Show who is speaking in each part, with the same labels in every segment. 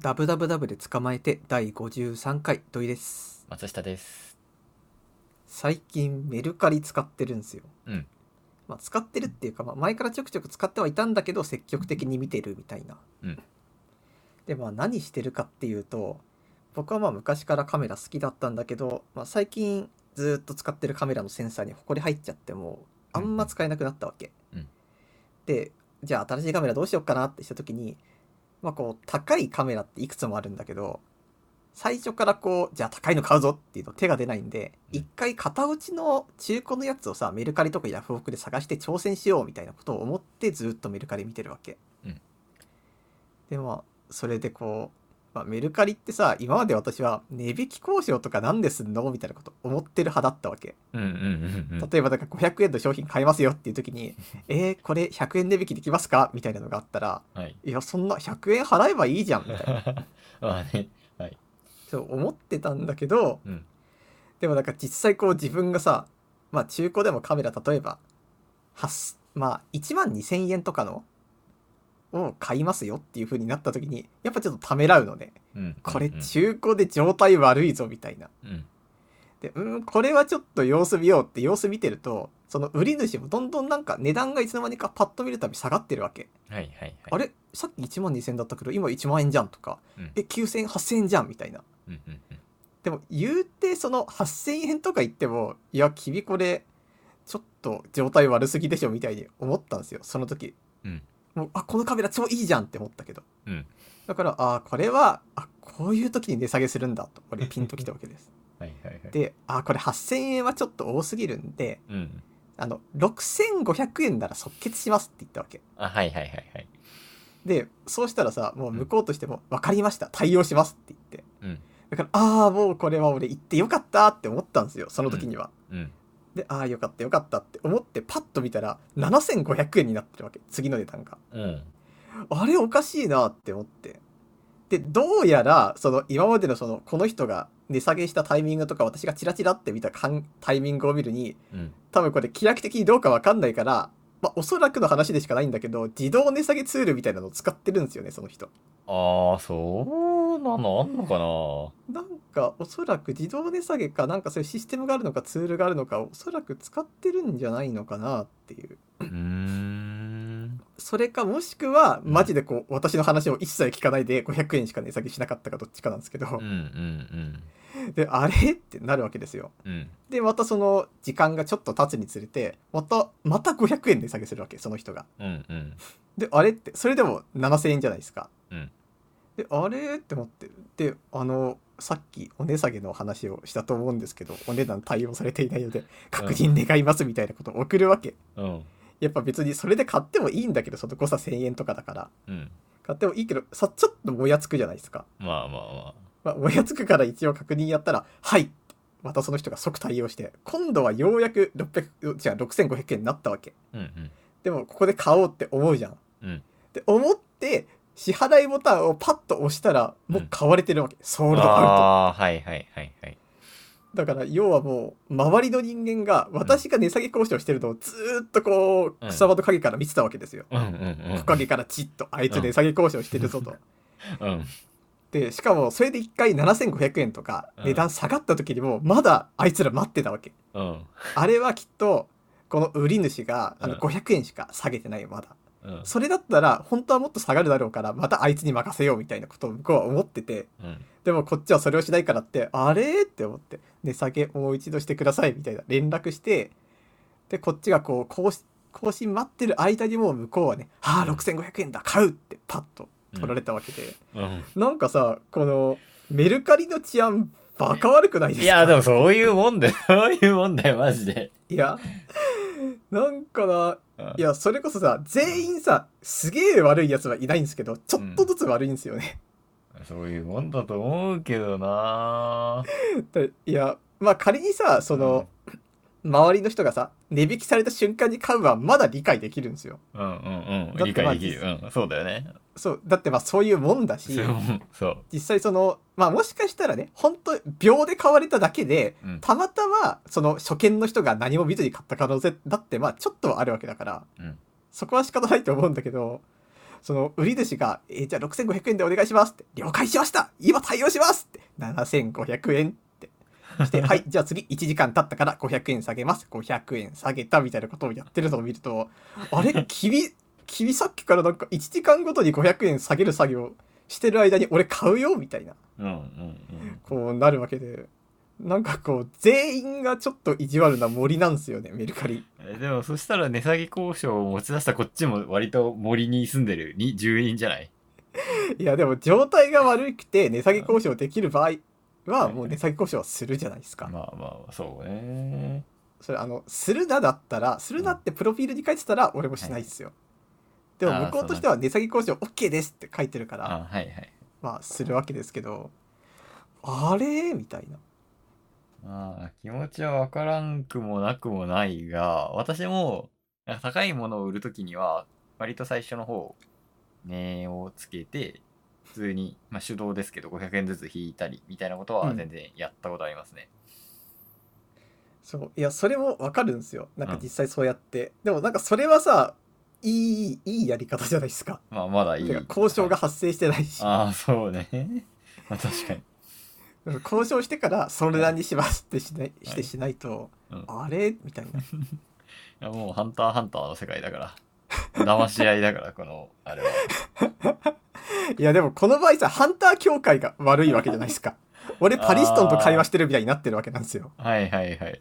Speaker 1: ダブダブダブで捕まえて第53回土井です。
Speaker 2: 松下です。
Speaker 1: 最近メルカリ使ってるんですよ。
Speaker 2: うん
Speaker 1: まあ、使ってるっていうか、まあ、前からちょくちょく使ってはいたんだけど積極的に見てるみたいな。
Speaker 2: うん
Speaker 1: でまあ何してるかっていうと僕はまあ昔からカメラ好きだったんだけど、まあ、最近ずっと使ってるカメラのセンサーにホコリ入っちゃってもうあんま使えなくなったわけ。
Speaker 2: うん
Speaker 1: でじゃあ新しいカメラどうしようかなってした時に、まあ、こう高いカメラっていくつもあるんだけど最初からこうじゃあ高いの買うぞっていうと手が出ないんで
Speaker 2: うん
Speaker 1: 一回型落ちの中古のやつをさメルカリとかヤフオクで探して挑戦しようみたいなことを思ってずっとメルカリ見てるわけ。
Speaker 2: うん
Speaker 1: でまあそれでこう、まあ、メルカリってさ今まで私は値引き交渉とか何ですんのみたいなこと思ってる派だったわけ。
Speaker 2: うんうんうん
Speaker 1: 例えばなんか500円の商品買えますよっていう時に「えー、これ100円値引きできますか?」みたいなのがあったら
Speaker 2: うん。はい。
Speaker 1: 「いやそんな100円払えばいいじゃん」みたいな
Speaker 2: まあね。
Speaker 1: そう思ってたんだけど
Speaker 2: うん。
Speaker 1: でもなんか実際こう自分がさまあ中古でもカメラ例えばはすまあ1万2,000円とかのを買いますよっていう風になった時にやっぱちょっとためらうのね
Speaker 2: うん。
Speaker 1: これ
Speaker 2: うんうん
Speaker 1: 中古で状態悪いぞみたいな。
Speaker 2: うん。
Speaker 1: でうんこれはちょっと様子見ようって様子見てるとその売り主もどんどんなんか値段がいつの間にかパッと見るたび下がってるわけ、
Speaker 2: はいはいはい。
Speaker 1: あれさっき1万2,000だったけど今1万円じゃんとか、
Speaker 2: うん
Speaker 1: え9,000円8,000円じゃんみたいな
Speaker 2: うんうんうん。
Speaker 1: でも言うてその8,000円とか言ってもいや君これちょっと状態悪すぎでしょみたいに思ったんですよその時、
Speaker 2: うん
Speaker 1: もうあこのカメラ超いいじゃんって思ったけど、
Speaker 2: うん
Speaker 1: だからあーこれはあこういう時に値下げするんだと俺ピンときたわけです
Speaker 2: はいはいはい。
Speaker 1: であーこれ8,000円はちょっと多すぎるんで
Speaker 2: うん。
Speaker 1: あの6500円なら即決しますって言ったわけ
Speaker 2: あ、はいはいはいはい。
Speaker 1: でそうしたらさもう向こうとしても「分かりました対応します」って言って
Speaker 2: うん。
Speaker 1: だからああもうこれは俺行ってよかったって思ったんですよその時には、
Speaker 2: うん。
Speaker 1: でああよかったよかったって思ってパッと見たら7500円になってるわけ次の値段が
Speaker 2: うん。
Speaker 1: あれおかしいなって思ってでどうやらその今までのそのこの人が値下げしたタイミングとか私がチラチラって見たかんタイミングを見るに
Speaker 2: うん。
Speaker 1: 多分これ規約的にどうかわかんないから、まあ、おそらくの話でしかないんだけど自動値下げツールみたいなのを使ってるんですよねその人
Speaker 2: ああ、そうなのあんのかな
Speaker 1: なんかおそらく自動値下げかなんかそういうシステムがあるのかツールがあるのかおそらく使ってるんじゃないのかなっていう
Speaker 2: うーん。
Speaker 1: それかもしくは
Speaker 2: うん
Speaker 1: マジでこう、私の話を一切聞かないで500円しか値下げしなかったかどっちかなんですけど、
Speaker 2: うんうん
Speaker 1: であれってなるわけですよ
Speaker 2: うん。うん。
Speaker 1: でまたその時間がちょっと経つにつれてまたまた500円値下げするわけその人が
Speaker 2: うんうん。
Speaker 1: であれってそれでも7,000円じゃないですか。
Speaker 2: うん
Speaker 1: であれって思ってであのさっきお値下げの話をしたと思うんですけどお値段対応されていないので確認願いますみたいなことを送るわけ、
Speaker 2: うん。
Speaker 1: やっぱ別にそれで買ってもいいんだけどその誤差1,000円とかだから
Speaker 2: うん。
Speaker 1: 買ってもいいけどさちょっともやつくじゃないですか、
Speaker 2: まあまあ
Speaker 1: まあ、もやつくから一応確認やったら「はい」またその人が即対応して今度はようやく600じゃあ6500円になったわけ
Speaker 2: まあ。うんうん。
Speaker 1: でもここで買おうって思うじゃん。
Speaker 2: うん
Speaker 1: で思って支払いボタンをパッと押したらもう買われてるわけ、ソールドアウ
Speaker 2: ああー、はいはいはいはい。
Speaker 1: トだから要はもう周りの人間が私が値下げ交渉してるのをずーっとこう
Speaker 2: うん
Speaker 1: 草場の陰から見てたわけですよ、
Speaker 2: うんうんうん。
Speaker 1: 陰からちっとあいつ値下げ交渉してるぞと、
Speaker 2: うん。
Speaker 1: でしかもそれで1回7500円とか
Speaker 2: うん
Speaker 1: 値段下がった時にもまだあいつら待ってたわけ
Speaker 2: うん。
Speaker 1: あれはきっとこの売り主があの
Speaker 2: うん
Speaker 1: 500円しか下げてないよまだ
Speaker 2: うん。
Speaker 1: それだったら本当はもっと下がるだろうからまたあいつに任せようみたいなことを向こうは思ってて
Speaker 2: うん。
Speaker 1: でもこっちはそれをしないからってあれって思って値下げもう一度してくださいみたいな連絡してでこっちがこう更新更新待ってる間にもう向こうはね「はあ
Speaker 2: うん
Speaker 1: 6500円だ買う!」ってパッと取られたわけで、
Speaker 2: うん。
Speaker 1: なんかさこのメルカリの治安バカ悪くないですか
Speaker 2: いや、でもそういうもんだよ。 そういうもんだよ、マジで。
Speaker 1: いやなんかな
Speaker 2: うん
Speaker 1: いやそれこそさ全員さすげえ悪いやつはいないんですけどちょっとずつ悪いんですよね、
Speaker 2: そういうもんだと思うけどな
Speaker 1: でいやまあ仮にさその、周りの人がさ値引きされた瞬間に買うはまだ理解できるんですよ
Speaker 2: うんうん
Speaker 1: だ
Speaker 2: う
Speaker 1: っ
Speaker 2: ん。
Speaker 1: て
Speaker 2: 理
Speaker 1: まあ
Speaker 2: 解できる。うん、そうだよね。
Speaker 1: そうだってまあそういうもんだ
Speaker 2: そ
Speaker 1: し
Speaker 2: ういうもんそう。
Speaker 1: 実際そのまあもしかしたらね本当秒で買われただけで
Speaker 2: うん。
Speaker 1: たまたまその初見の人が何も見ずに買った可能性だってまあちょっとはあるわけだから、
Speaker 2: うん
Speaker 1: そこは仕方ないと思うんだけどその売り主が、えーじゃあ6500円でお願いしますって、了解しました今対応しますって、7500円って。 して、はい、じゃあ次1時間経ったから500円下げます。500円下げたみたいなことをやってるのを見る と、あれ君、君さっきからなんか1時間ごとに500円下げる作業してる間に俺買うよみたいな、
Speaker 2: うんうん
Speaker 1: こうなるわけで、なんかこう、全員がちょっと意地悪な森なんですよね、メルカリ。
Speaker 2: うんえでもそしたら値下げ交渉を持ち出したこっちも割と森に住んでるに住人じゃない
Speaker 1: いやでも状態が悪くて値下げ交渉できる場合はもう値下げ交渉はするじゃないです
Speaker 2: まあ
Speaker 1: か。
Speaker 2: まあそうね
Speaker 1: それあのするなだったらするなってプロフィールに書いてたら俺もしないですよ。でも
Speaker 2: あー
Speaker 1: 向こうとしては値下げ交渉 OK ですって書いてるから
Speaker 2: あはいはい
Speaker 1: まあするわけですけどあれみたいな。
Speaker 2: まあ気持ちはわからんくもなくもないが私もなんか高いものを売るときには割と最初の方値をつけて普通に、まあ、手動ですけど500円ずつ引いたりみたいなことは全然やったことありますね、
Speaker 1: そういやそれもわかるんですよなんか実際そうやって、でもなんかそれはさいいいいやり方じゃないですか
Speaker 2: まあまだいい
Speaker 1: てか交渉が
Speaker 2: はい
Speaker 1: 発生してないし、
Speaker 2: ああそうね まあ確かに
Speaker 1: 交渉してからそれなりにしますってしないしてしないと、
Speaker 2: うん
Speaker 1: あれみたいない
Speaker 2: やもうハンターハンターの世界だから。騙し合いだから、この、あれは。
Speaker 1: いやでもこの場合さハンター協会が悪いわけじゃないです か俺パリストンと会話してるみたいになってるわけなんですよ
Speaker 2: はいはいはい。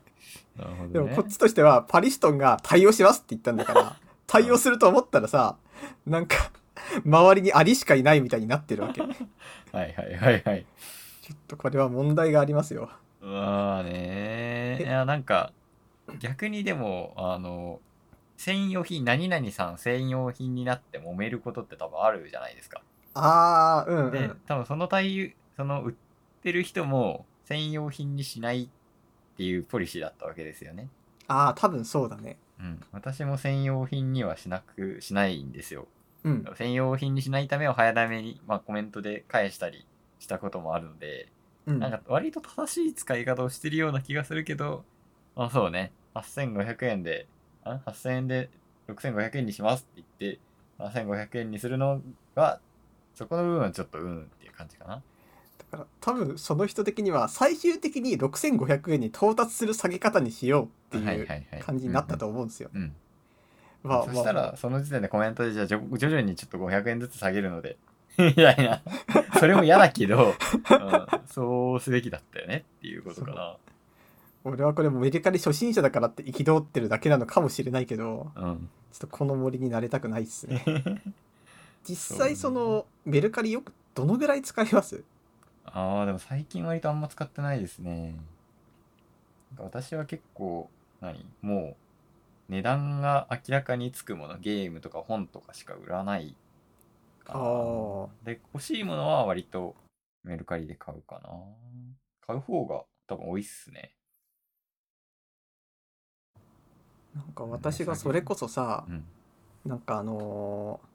Speaker 2: なるほど、ね。
Speaker 1: でもこっちとしてはパリストンが対応しますって言ったんだから 対応すると思ったらさなんか周りにアリしかいないみたいになってるわけちょ
Speaker 2: はいはいはいはい。
Speaker 1: っとこれは問題がありますよ
Speaker 2: まあね
Speaker 1: え
Speaker 2: いや、なんか、逆にでも、あの、専用品、何々さん専用品になって揉めることって多分あるじゃないですか。
Speaker 1: あーうんう
Speaker 2: で
Speaker 1: ん、
Speaker 2: 多分その対応、その売ってる人も専用品にしないっていうポリシーだったわけですよね。
Speaker 1: ああ多分そうだね
Speaker 2: うん。私も専用品にはしなく、しないんですよ。
Speaker 1: うん
Speaker 2: 専用品にしないためを早めに、まあ、コメントで返したりしたこともあるので、
Speaker 1: うん
Speaker 2: なんか割と正しい使い方をしてるような気がするけど、まあそうね、8500円で、あ8000円で6500円にしますって言って、7500円にするのが、そこの部分はちょっとうんっていう感じかな。
Speaker 1: だから多分その人的には最終的に6500円に到達する下げ方にしようっていう
Speaker 2: いは
Speaker 1: 感じになったと思うんですよ。
Speaker 2: うんうん。
Speaker 1: まあ
Speaker 2: そした
Speaker 1: まあ
Speaker 2: ら、その時点でコメントで、じゃあじょ徐々にちょっと500円ずつ下げ るので、みたいな。それも嫌だけど、うんそうすべきだったよねっていうことかな。
Speaker 1: 俺はこれメルカリ初心者だからって憤ってるだけなのかもしれないけど
Speaker 2: うん。
Speaker 1: ちょっとこの森になれたくないっすね。実際そのメルカリよくどのぐらい使います
Speaker 2: ああ、でも最近割とあんま使ってないですね。なんか私は結構、何もう、値段が明らかにつくもの、ゲームとか本とかしか売らないかな。
Speaker 1: あー
Speaker 2: で、欲しいものは割とメルカリで買うかな。買う方が多分多いっすね。
Speaker 1: なんか私がそれこそさ
Speaker 2: うん。
Speaker 1: なんかあのー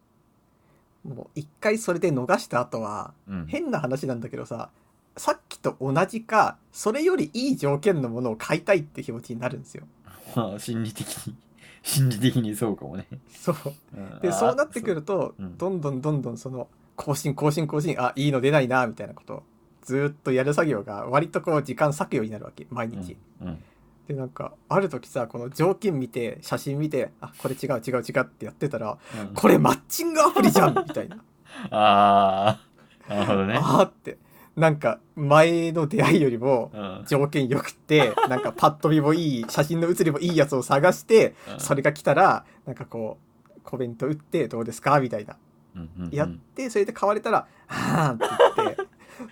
Speaker 1: もう一回それで逃した後は
Speaker 2: うん、
Speaker 1: 変な話なんだけどささっきと同じかそれよりいい条件のものを買いたいって気持ちになるんですよ。
Speaker 2: まあ心理的に 心理的にそうかもね、
Speaker 1: そう
Speaker 2: うん
Speaker 1: で
Speaker 2: あ
Speaker 1: そうなってくると、
Speaker 2: そううん
Speaker 1: どんどんどんどんその更新更新更新あいいの出ないなみたいなことをずーっとやる作業が割とこう時間割くようになるわけ毎
Speaker 2: そう
Speaker 1: 日。
Speaker 2: うんうん
Speaker 1: でなんかある時さこの条件見て写真見てあこれ違う違う違うってやってたら
Speaker 2: うん
Speaker 1: これマッチングアプリじゃんみたい な
Speaker 2: ああなるほどね
Speaker 1: あーってなんか前の出会いよりも
Speaker 2: うん
Speaker 1: 条件良くて なんかパッと見もいい写真の写りもいいやつを探して
Speaker 2: うん
Speaker 1: それが来たらなんかこうコメント打ってどうですかみたいな
Speaker 2: うんうんうん
Speaker 1: やってそれで買われたら「あーん」 って言って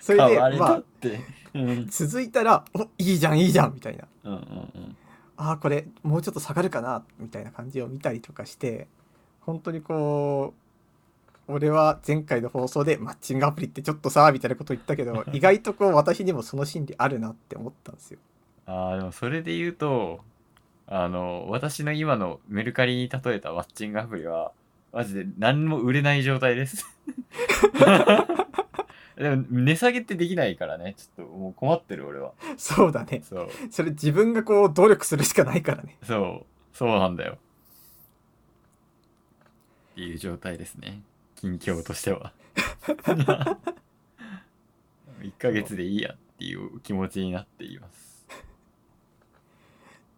Speaker 1: そ
Speaker 2: 変
Speaker 1: れで
Speaker 2: われた
Speaker 1: まあ
Speaker 2: って うんうん
Speaker 1: 続いたら「おいいじゃんいいじゃん」みたいな
Speaker 2: うんうん
Speaker 1: 「あーこれもうちょっと下がるかな」みたいな感じを見たりとかして本当にこう俺は前回の放送でマッチングアプリってちょっとさみたいなこと言ったけ ど意外とこう私にもその心理あるなって思ったんですよ。
Speaker 2: ああでもそれで言うとあの私の今のメルカリに例えたマッチングアプリはマジで何も売れない状態です でも値下げってできないからねちょっともう困ってる俺は
Speaker 1: そうだね
Speaker 2: そう
Speaker 1: それ自分がこう努力するしかないからね。
Speaker 2: そう、そうなんだよ。っていう状態ですね。近況としては。1ヶ月でいいやっていう気持ちになっています。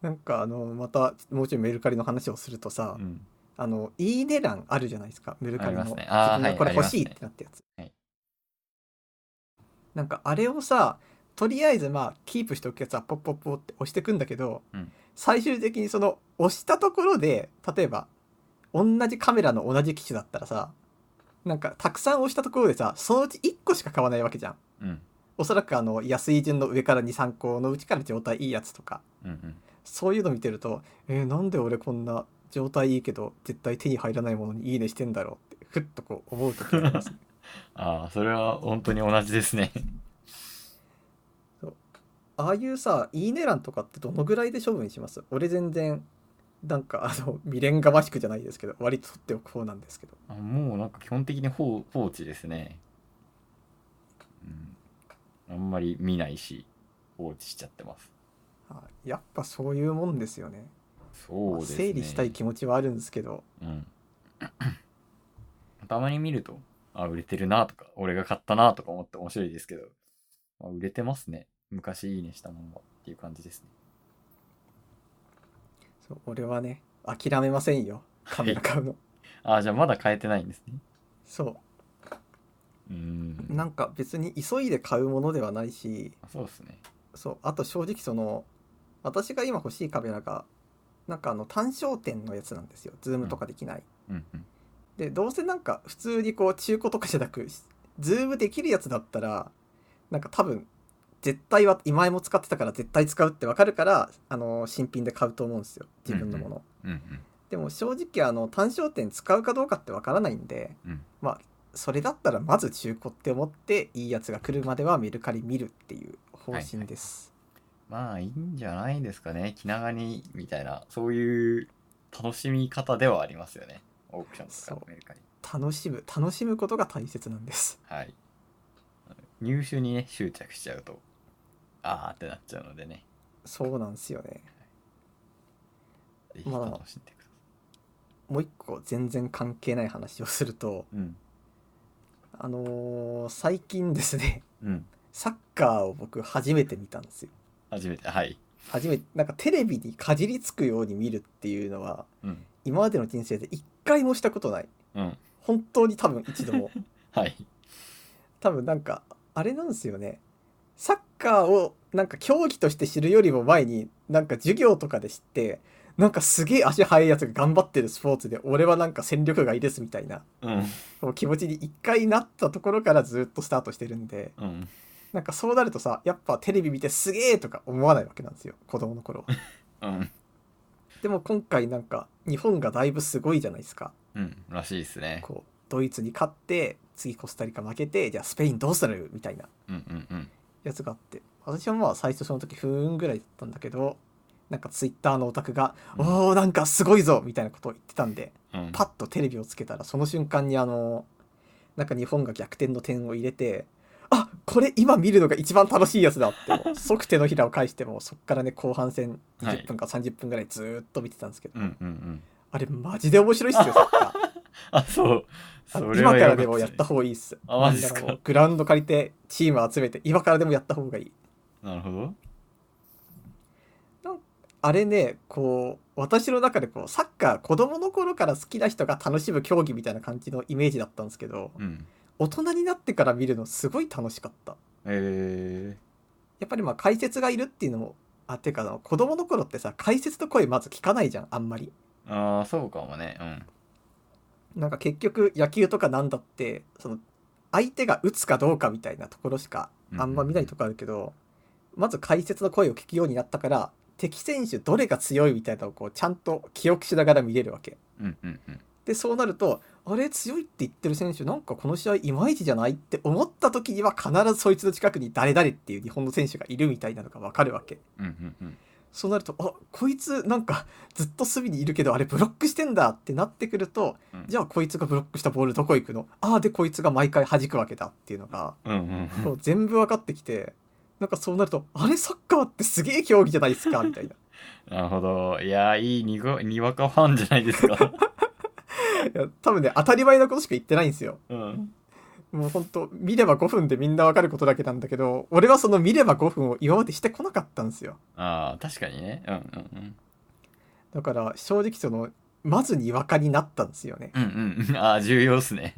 Speaker 1: なんかあのまたもうちょいメルカリの話をするとさ、
Speaker 2: うん。
Speaker 1: あのいいね欄あるじゃないですかメルカリの
Speaker 2: ありますねあー
Speaker 1: 自分がこれ
Speaker 2: はいあり
Speaker 1: 欲
Speaker 2: ます
Speaker 1: し
Speaker 2: ね
Speaker 1: いってなったやつ、
Speaker 2: はい
Speaker 1: なんかあれをさとりあえずまあキープしておくやつはポッポッポッって押してくんだけど、
Speaker 2: うん
Speaker 1: 最終的にその押したところで例えば同じカメラの同じ機種だったらさなんかたくさん押したところでさそのうち1個しか買わないわけじゃん
Speaker 2: うん。
Speaker 1: おそらくあの安い順の上から23個のうちから状態いいやつとか
Speaker 2: うんうん。
Speaker 1: そういうの見てると、えーなんで俺こんな状態いいけど絶対手に入らないものにいいねしてんだろうってふっとこう思う時があり ますね
Speaker 2: ああ、それは本当に同じですね。
Speaker 1: ああいうさ「いいね欄」とかってどのぐらいで処分します俺全然なんかあの未練がましくじゃないですけど割と取っておく方なんですけど
Speaker 2: あもうなんか基本的に放放置ですね。うん。あんまり見ないし、放置しちゃってます。
Speaker 1: あやっぱそういうもんですよね
Speaker 2: そうですね。
Speaker 1: 整理したい気持ちはあるんですけど
Speaker 2: うん。 たまに見ると、あ、売れてるなとか、俺が買ったなとか思って面白いですけど、まあ、売れてますね。昔いいねしたものはっていう感じですね。
Speaker 1: そう俺はね諦めませんよカメラ買 うの
Speaker 2: あ、じゃあまだ変えてないんですね。
Speaker 1: そう
Speaker 2: ーん。
Speaker 1: うなんか別に急いで買うものではないし
Speaker 2: あそうですね。
Speaker 1: そうあと正直その私が今欲しいカメラがなんかあの単焦点のやつなんですよズームとかできない、
Speaker 2: うんうん。
Speaker 1: でどうせなんか普通にこう中古とかじゃなくしズームできるやつだったらなんか多分絶対は今井も使ってたから絶対使うってわかるからあの新品で買うと思うんですよ自分のもの、
Speaker 2: うんうん。
Speaker 1: でも正直あの単焦点使うかどうかってわからないんで、
Speaker 2: うん
Speaker 1: まあそれだったらまず中古って思っていいやつが来るまではメルカリ見るっていう方針です、
Speaker 2: まあいいんじゃないですかね気長にみたいなそういう楽しみ方ではありますよねオークションと
Speaker 1: そ
Speaker 2: かメルカリ
Speaker 1: 楽しむ楽しむことが大切なんです
Speaker 2: はい入手にね執着しちゃうとあーってなっちゃうのでね
Speaker 1: そうなんですよね
Speaker 2: ぜひ
Speaker 1: まあ
Speaker 2: 楽しんでくださ
Speaker 1: もう一個全然関係ない話をすると
Speaker 2: い、うん
Speaker 1: あのー最近ですね
Speaker 2: うん
Speaker 1: サッカーを僕初めて見たんですよ
Speaker 2: 初めてはい
Speaker 1: 初めてなんかテレビにかじりつくように見るっていうのは
Speaker 2: うん
Speaker 1: 今までの人生で一回もしたことない
Speaker 2: うん
Speaker 1: 本当に多分一度も
Speaker 2: はい
Speaker 1: 多分なんかあれなんですよねサッカーをなんか競技として知るよりも前になんか授業とかで知ってなんかすげえ足速いやつが頑張ってるスポーツで俺はなんか戦力外ですみたいな
Speaker 2: うん
Speaker 1: こう気持ちに一回なったところからずっとスタートしてるんで
Speaker 2: うん
Speaker 1: なんかそうなるとさやっぱテレビ見てすげえとか思わないわけなんですよ子供の頃は
Speaker 2: うん
Speaker 1: でも今回なんか日本がだいぶすごいじゃないですか
Speaker 2: うんらしいですね
Speaker 1: こうドイツに勝って次コスタリカ負けてじゃあスペインどうするみたいな
Speaker 2: うんうんうん
Speaker 1: やつがあって私はまあ最初その時ふーんぐらいだったんだけどなんかツイッターのオタクが「
Speaker 2: うん
Speaker 1: おーなんかすごいぞ!」みたいなことを言ってたんで
Speaker 2: うん
Speaker 1: パッとテレビをつけたらその瞬間にあのなんか日本が逆転の点を入れてあこれ今見るのが一番楽しいやつだ ってもう即手のひらを返してもうそっからね後半戦
Speaker 2: はい
Speaker 1: 20分か30分ぐらいずーっと見てたんですけど、
Speaker 2: うんうんうん
Speaker 1: あれマジで面白いっすよサッカー
Speaker 2: あそう
Speaker 1: あ
Speaker 2: そ
Speaker 1: の
Speaker 2: れ
Speaker 1: 今
Speaker 2: は
Speaker 1: から
Speaker 2: よ
Speaker 1: でもや
Speaker 2: か
Speaker 1: っ
Speaker 2: ったた
Speaker 1: 方がいいっす
Speaker 2: あマジっすか
Speaker 1: なんだろうグラウンド借りてチーム集めて今からでもやった方がいい
Speaker 2: なるほど
Speaker 1: あれねこう私の中でこうサッカー子供の頃から好きな人が楽しむ競技みたいな感じのイメージだったんですけど、
Speaker 2: うん
Speaker 1: 大人になってから見るのすごい楽しかった
Speaker 2: え
Speaker 1: やっぱりまあ解説がいるっていうのもあてかあの子供の頃ってさ解説の声まず聞かないじゃんあんまり
Speaker 2: ー、ああそうかもねうん
Speaker 1: なんか結局野球とかなんだってその相手が打つかどうかみたいなところしかあんま見ないとこあるけど、まず解説の声を聞くようになったから敵選手どれが強いみたいなのをこうちゃんと記憶しながら見れるわけ
Speaker 2: うんうんうん
Speaker 1: でそうなるとあれ強いって言ってる選手なんかこの試合いまいちじゃないって思った時には必ずそいつの近くに誰々っていう日本の選手がいるみたいなのが分かるわけ
Speaker 2: うんうんうん
Speaker 1: そうなるとあこいつなんかずっと隅にいるけどあれブロックしてんだってなってくると、
Speaker 2: うん
Speaker 1: じゃあこいつがブロックしたボールどこ行くのああでこいつが毎回弾くわけだっていうのが
Speaker 2: うんうん
Speaker 1: こう全部分かってきてなんかそうなるとあれサッカーってすげえ競技じゃないですかみたいな
Speaker 2: なるほど。いやー、いいにごにわかファンじゃないです
Speaker 1: い
Speaker 2: か。
Speaker 1: や多分ね、当たり前のことしか言ってないんですよ。
Speaker 2: うん。
Speaker 1: もうほんと、見れば5分でみんなわかることだけなんだけど、俺はその見れば5分を今までしてこなかったんですよ。
Speaker 2: ああ、確かにね。うんうん
Speaker 1: だから、正直その、まずにわかになったんですよね。
Speaker 2: うん。うんうん。ああ、重要っすね。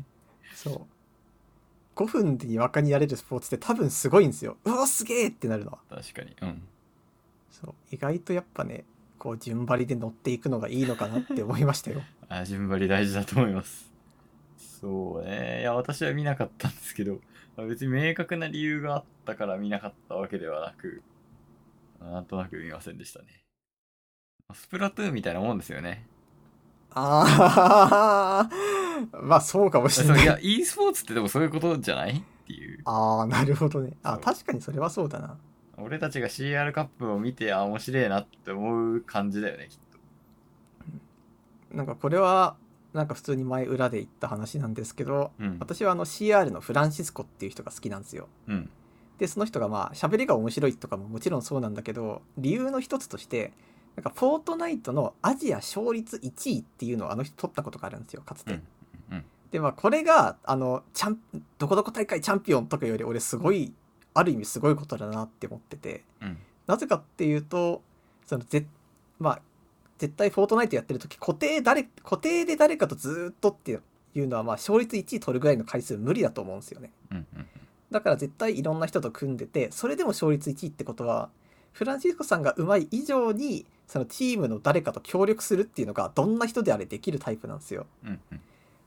Speaker 1: そう。5分でにわかになれるスポーツって多分すごいんですよ。うわ、すげえってなるのは。
Speaker 2: 確かに。うん。
Speaker 1: そう。意外とやっぱね、こう、順張りで乗っていくのがいいのかなって思いました よ。
Speaker 2: あ順張り大事だと思います。そうね。いや、私は見なかったんですけど、まあ別に明確な理由があったから見なかったわけではなく、なんとなく見ませんでしたね。スプラトゥーンみたいなもんです よね。
Speaker 1: あー、 まあそうかもしれ
Speaker 2: そう
Speaker 1: ないい。
Speaker 2: や、e スポーツってでもそういうことじゃないっていう。
Speaker 1: あー、なるほどね。
Speaker 2: そ
Speaker 1: あ、
Speaker 2: う
Speaker 1: 確かにそれはそうだな。
Speaker 2: 俺たちが CR カップを見て、あ、面白いなって思う感じだよね、きっと。
Speaker 1: なんかこれは、なんか普通に前裏で言った話なんですけど、
Speaker 2: うん。
Speaker 1: 私はあの CR のフランシスコっていう人が好きなんですよ。
Speaker 2: うん。
Speaker 1: でその人がまあ喋りが面白いとかももちろんそうなんだけど理由の一つとしてなんかフォートナイトのアジア勝率1位っていうのをあの人取ったことがあるんですよかつて。
Speaker 2: うんうん
Speaker 1: でまあこれがあのチャンどこどこ大会チャンピオンとかより俺すごいある意味すごいことだなって思ってて
Speaker 2: うん。
Speaker 1: なぜかっていうとそのぜまあ絶対フォートナイトやってる時固定誰固定で誰かとずーっとっていうのはまあ勝率1位取るぐらいの回数無理だと思うんですよね。
Speaker 2: うん。うん。
Speaker 1: だから絶対いろんな人と組んでてそれでも勝率1位ってことはフランシスコさんが上手い以上にそのチームの誰かと協力するっていうのがどんな人であれできるタイプなんですよ
Speaker 2: うん。うん。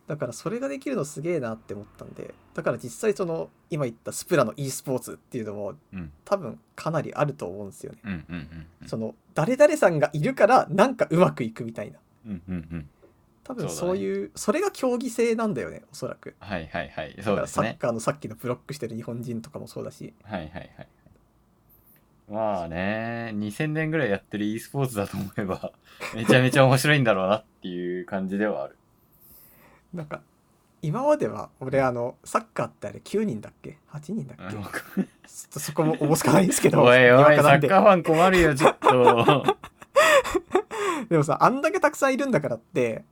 Speaker 1: だからそれができるのすげえなって思ったんでだから実際その今言ったスプラの e スポーツっていうのも
Speaker 2: うん。
Speaker 1: 多分かなりあると思うんですよね
Speaker 2: うん。うん。うん。
Speaker 1: その誰々さんがいるからなんかうまくいくみたいな
Speaker 2: うん。うん。うん。
Speaker 1: 多分そういうそれが競技性なんだよねおそらく
Speaker 2: はいはいはい。
Speaker 1: だか
Speaker 2: そうで
Speaker 1: ら
Speaker 2: す
Speaker 1: サッ
Speaker 2: ね。
Speaker 1: カーのさっきのブロックしてる日本人とかもそうだし
Speaker 2: はいはいはいはい。まあね、2000年ぐらいやってる e スポーツだと思 えば、めちゃめちゃ面白いんだろうなっていう感じではある。
Speaker 1: なんか今までは俺あのサッカーってあれ9人だっけ8人だっ
Speaker 2: あ
Speaker 1: けちょ
Speaker 2: の
Speaker 1: っとそこもおぼつかないんですけど
Speaker 2: おいおい、
Speaker 1: にわ
Speaker 2: サ
Speaker 1: かなんで
Speaker 2: ッカーファン困るよ、ちょ っと。
Speaker 1: でもさあんだけたくさんいるんだからって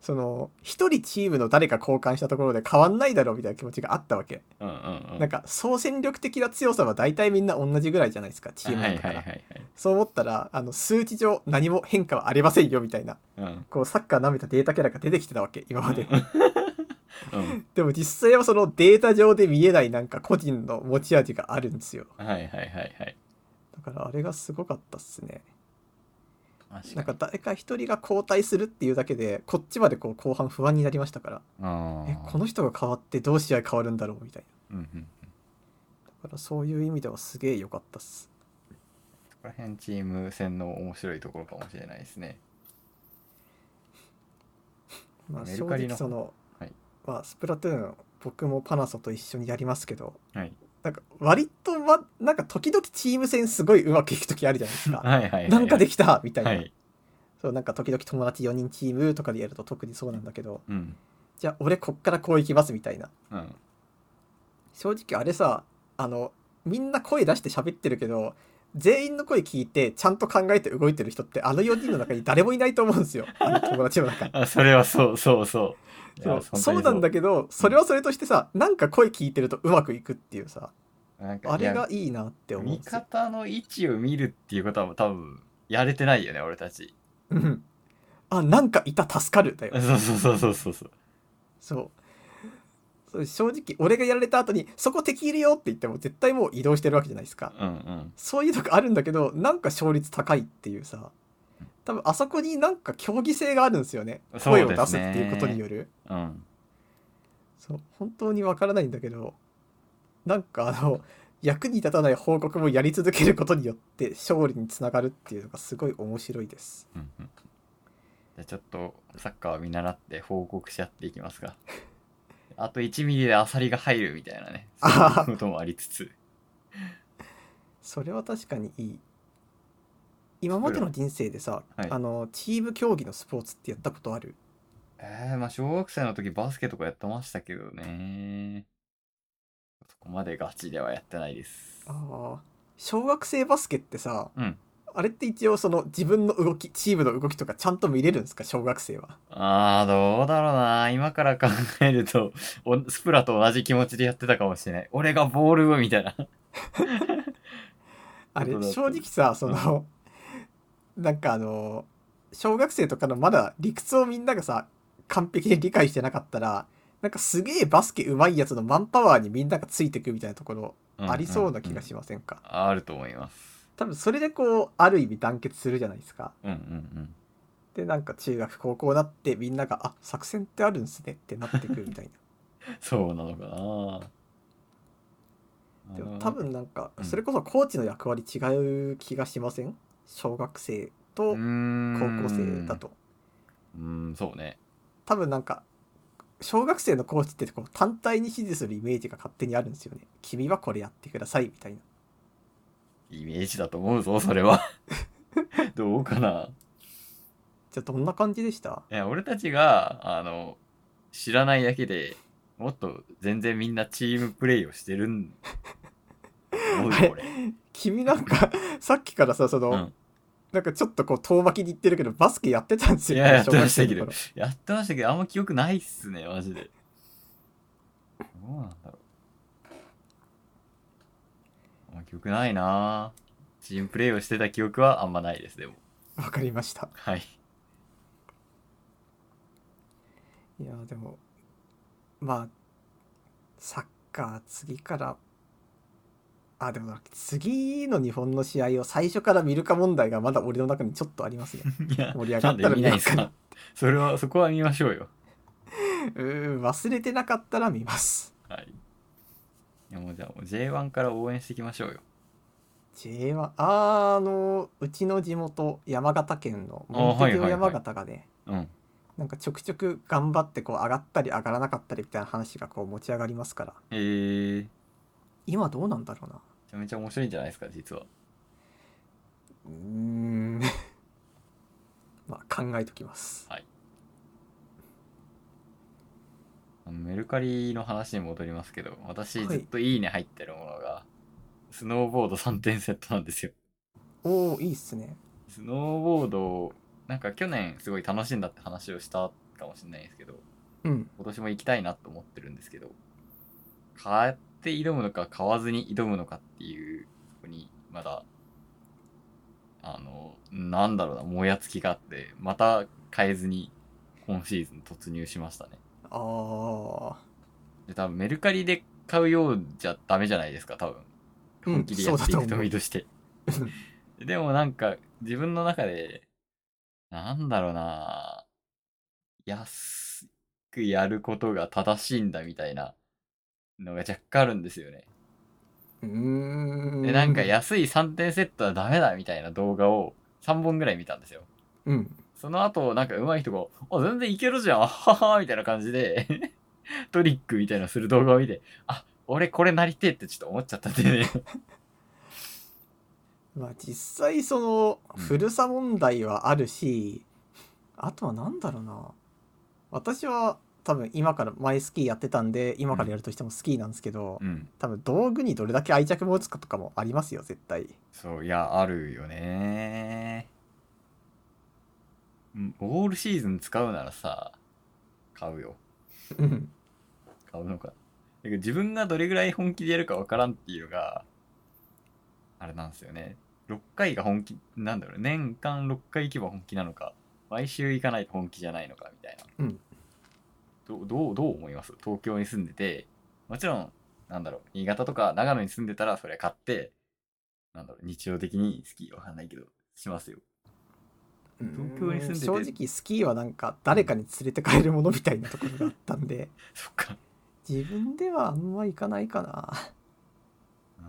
Speaker 1: その1人チームの誰か交換したところで変わんないだろうみたいな気持ちがあったわけ、
Speaker 2: うんうんうん。
Speaker 1: なんか総戦力的な強さは大体みんな同じぐらいじゃないですかチーム
Speaker 2: は
Speaker 1: なん
Speaker 2: い
Speaker 1: だか
Speaker 2: は
Speaker 1: ら、
Speaker 2: いはいはい。
Speaker 1: そう思ったらあの数値上何も変化はありませんよみたいな
Speaker 2: うん。
Speaker 1: こうサッカー舐めたデータキャラが出てきてたわけ今まで
Speaker 2: うん。
Speaker 1: でも実際はそのデータ上で見えないなんか個人の持ち味があるんですよ
Speaker 2: はいはいはいはい。
Speaker 1: だからあれがすごかったっすね。
Speaker 2: 確
Speaker 1: なん
Speaker 2: か
Speaker 1: か
Speaker 2: に。
Speaker 1: 誰か一人が交代するっていうだけで、こっちまでこう後半不安になりましたから、
Speaker 2: あ
Speaker 1: え、
Speaker 2: ー
Speaker 1: この人が変わってどう試合変わるんだろうみたい
Speaker 2: うんうん。
Speaker 1: な。だからそういう意味ではすげえ良かったっす。
Speaker 2: そこら辺チーム戦の面白いところかもしれないですね。
Speaker 1: まあ
Speaker 2: メ
Speaker 1: 正
Speaker 2: ルカリ
Speaker 1: 直
Speaker 2: の
Speaker 1: その、
Speaker 2: はい
Speaker 1: まあスプラトゥーン、僕もパナソと一緒にやりますけど、
Speaker 2: はい。
Speaker 1: なんか割とま、なんか時々チーム戦すごいうまくいく時あるじゃないですか。
Speaker 2: はいはいはい。
Speaker 1: なんかで
Speaker 2: き
Speaker 1: きたみたいな。
Speaker 2: はい。
Speaker 1: そう、なんか時々友達4人チームとかでやると特にそうなんだけど、
Speaker 2: うん。
Speaker 1: じゃあ俺こっからこういきますみたいな。
Speaker 2: うん。
Speaker 1: 正直あれさあのみんな声出して喋ってるけど全員の声聞いてちゃんと考えて動いてる人ってあの4人の中に誰もいないと思うん ですよあの友達の中に。
Speaker 2: あ、それはそうそうそう。い
Speaker 1: そ
Speaker 2: や
Speaker 1: うそうなんだけどそれはそれとしてさなんか声聞いてるとうまくいくっていうさ
Speaker 2: なんか
Speaker 1: あれ
Speaker 2: いや
Speaker 1: がいいなって思うん
Speaker 2: 味
Speaker 1: ですよ。
Speaker 2: 方の位置を見るっていうことは多分やれてないよね俺たち
Speaker 1: うんあなんかいた助かるだよ
Speaker 2: そう。そうそうそうそうそう
Speaker 1: そうそう正直俺がやられた後に「そこ敵いるよ」って言っても絶対もう移動してるわけじゃないですか。
Speaker 2: うんうん
Speaker 1: そういうとこあるんだけど、なんか勝率高いっていうさ、多分あそこになんか競技性があるんですよね。
Speaker 2: そう
Speaker 1: 声を
Speaker 2: ですね
Speaker 1: 出すっていうことによる。
Speaker 2: うん
Speaker 1: そう、本当にわからないんだけど、なんかあの、役に立たない報告もやり続けることによって勝利につながるっていうのがすごい面白いです。
Speaker 2: うんうんじゃあちょっとサッカーを見習って報告し合っていきますかあと1ミリでアサリが入るみたいなねそういうこともありつつ
Speaker 1: それは確かにいい。今までの人生でさ、
Speaker 2: はい
Speaker 1: あの、チーム競技のスポーツってやったことある
Speaker 2: えー、まあ小学生の時バスケとかやってましたけどねそこまでガチではやってないです
Speaker 1: ああ、小学生バスケってさ、
Speaker 2: うん
Speaker 1: あれって一応その自分の動き、チームの動きとかちゃんと見れるんですか、小学生は。
Speaker 2: ああ、どうだろうな。今から考えると、おスプラと同じ気持ちでやってたかもしれない。俺がボールをみたいな。
Speaker 1: あれ、
Speaker 2: 本当だ
Speaker 1: 正直さ、その、 なんかあの、小学生とかのまだ理屈をみんながさ、完璧に理解してなかったら、なんかすげえバスケ上手いやつのマンパワーにみんながついてくみたいなところありそうな気が
Speaker 2: し
Speaker 1: しませんか、
Speaker 2: あると思います。
Speaker 1: 多分それでこう、ある意味団結するじゃないですか。
Speaker 2: うんうん
Speaker 1: で、なんか中学、高校になってみんなが、あ、作戦ってあるんすねってなってくるみたいな。
Speaker 2: うん。そうなのかな。
Speaker 1: で
Speaker 2: あ
Speaker 1: も
Speaker 2: の
Speaker 1: 多分なんか
Speaker 2: うん
Speaker 1: それこそコーチの役割違う気がしません小学生
Speaker 2: う
Speaker 1: と
Speaker 2: ー
Speaker 1: 高
Speaker 2: ん
Speaker 1: 校生だ。と
Speaker 2: うーん、そうね。
Speaker 1: 多分なんか小学生のコーチってこう単体に指示するイメージが勝手にあるんですよね君はこれやってくださいみたいな
Speaker 2: イメージだと思うぞ、そ れは。どうかな。
Speaker 1: じゃあどんな感じでした
Speaker 2: いや、俺たちが、あの、知らないだけで、もっと全然みんなチームプレイをしてるん。思うよ、俺。
Speaker 1: 君なんかさっきからさその、
Speaker 2: うん
Speaker 1: なんかちょっとこう遠巻きに言ってるけどバスケやってたんですよね
Speaker 2: いややって
Speaker 1: 小学
Speaker 2: ました
Speaker 1: 生
Speaker 2: け
Speaker 1: の
Speaker 2: ど
Speaker 1: 頃
Speaker 2: やってましたけど、あんま記憶ないっすね、マジで。どうなんだろう。あんま記憶ないなぁチームプレイをしてた記憶はあんまないです、でも。
Speaker 1: わかりました
Speaker 2: はい。
Speaker 1: いやーでもまあサッカー次からあでもな次の日本の試合を最初から見るか問題がまだ俺の中にちょっとあり ますね
Speaker 2: いや、
Speaker 1: 盛り上が
Speaker 2: な
Speaker 1: っ
Speaker 2: んで
Speaker 1: たら見
Speaker 2: 見ない
Speaker 1: ま
Speaker 2: ん
Speaker 1: すか
Speaker 2: すかそれは、そこは見ましょうよ。
Speaker 1: うーん忘れてなかったら見ます
Speaker 2: はい。いや、もうじゃあ、もう J1 から応援していきましょうよ。
Speaker 1: J1 あーあのうちの地元山形県のモンテ
Speaker 2: はい
Speaker 1: デ
Speaker 2: はいは
Speaker 1: オ
Speaker 2: い
Speaker 1: 山形がね
Speaker 2: うん。
Speaker 1: なんかちょくちょく頑張ってこう上がったり上がらなかったりみたいな話がこう持ち上がりますから
Speaker 2: えー、め
Speaker 1: 今どうなんだろうな
Speaker 2: ちゃめちゃ面白いんじゃないですか、実は。
Speaker 1: うーん まあ考えときます
Speaker 2: あのメルカリの話に戻りますけど、私
Speaker 1: はい
Speaker 2: ずっといいね入ってるものが、スノーボード3点セットなんですよ。
Speaker 1: おおいいっすね
Speaker 2: スノーボードを、なんか去年すごい楽しんだって話をしたかもしれないですけど、
Speaker 1: うん
Speaker 2: 今年も行きたいなと思ってるんですけど、買って挑むのか買わずに挑むのかっていう、そこにまだ、あの、なんだろうな、もやつきがあって、また買えずに今シーズン突入しましたね。
Speaker 1: ああ
Speaker 2: で、多分メルカリで買うようじゃダメじゃないですか、多分。
Speaker 1: うん
Speaker 2: 本気でやってい
Speaker 1: そうだ
Speaker 2: く
Speaker 1: と
Speaker 2: と
Speaker 1: 思う
Speaker 2: 見として。 でもなんか、自分の中で、なんだろうな安くやることが正しいんだみたいなのが若干あるんですよね。
Speaker 1: うーん
Speaker 2: で、なんか安い3点セットはダメだみたいな動画を3本ぐらい見たんですよ。
Speaker 1: うん
Speaker 2: その後、なんか上手い人が、あ、全然いけるじゃん、あははみたいな感じで、 トリックみたいなのする動画を見て、あ、俺これなりてえってちょっと思っちゃったんでね。
Speaker 1: まあ実際その
Speaker 2: うん
Speaker 1: 古さ問題はあるし、あとはなんだろうな私は多分今から前スキーやってたんで今からやるとしてもスキーなんですけど、
Speaker 2: うん。
Speaker 1: 多分道具にどれだけ愛着持つかとかもありますよ絶対
Speaker 2: そう、いや、あるよねうんオールシーズン使うならさ、買うよ。
Speaker 1: うん
Speaker 2: 買うのか。だけど自分がどれぐらい本気でやるかわからんっていうのが、あれなんですよね。6回が本気、なんだろう、年間6回行けば本気なのか、毎週行かないと本気じゃないのか、みたいな。
Speaker 1: うん
Speaker 2: どうどう、どう思います東京に住んでて、もちろん、なんだろう、新潟とか長野に住んでたら、それ買って、なんだろう、日常的に好き、わかんないけど、しますよ。東京に住んでて
Speaker 1: 正直スキーはなんか誰かに連れて帰るものみたいなところがあったんで
Speaker 2: そっか。
Speaker 1: 自分ではあんま行かないかな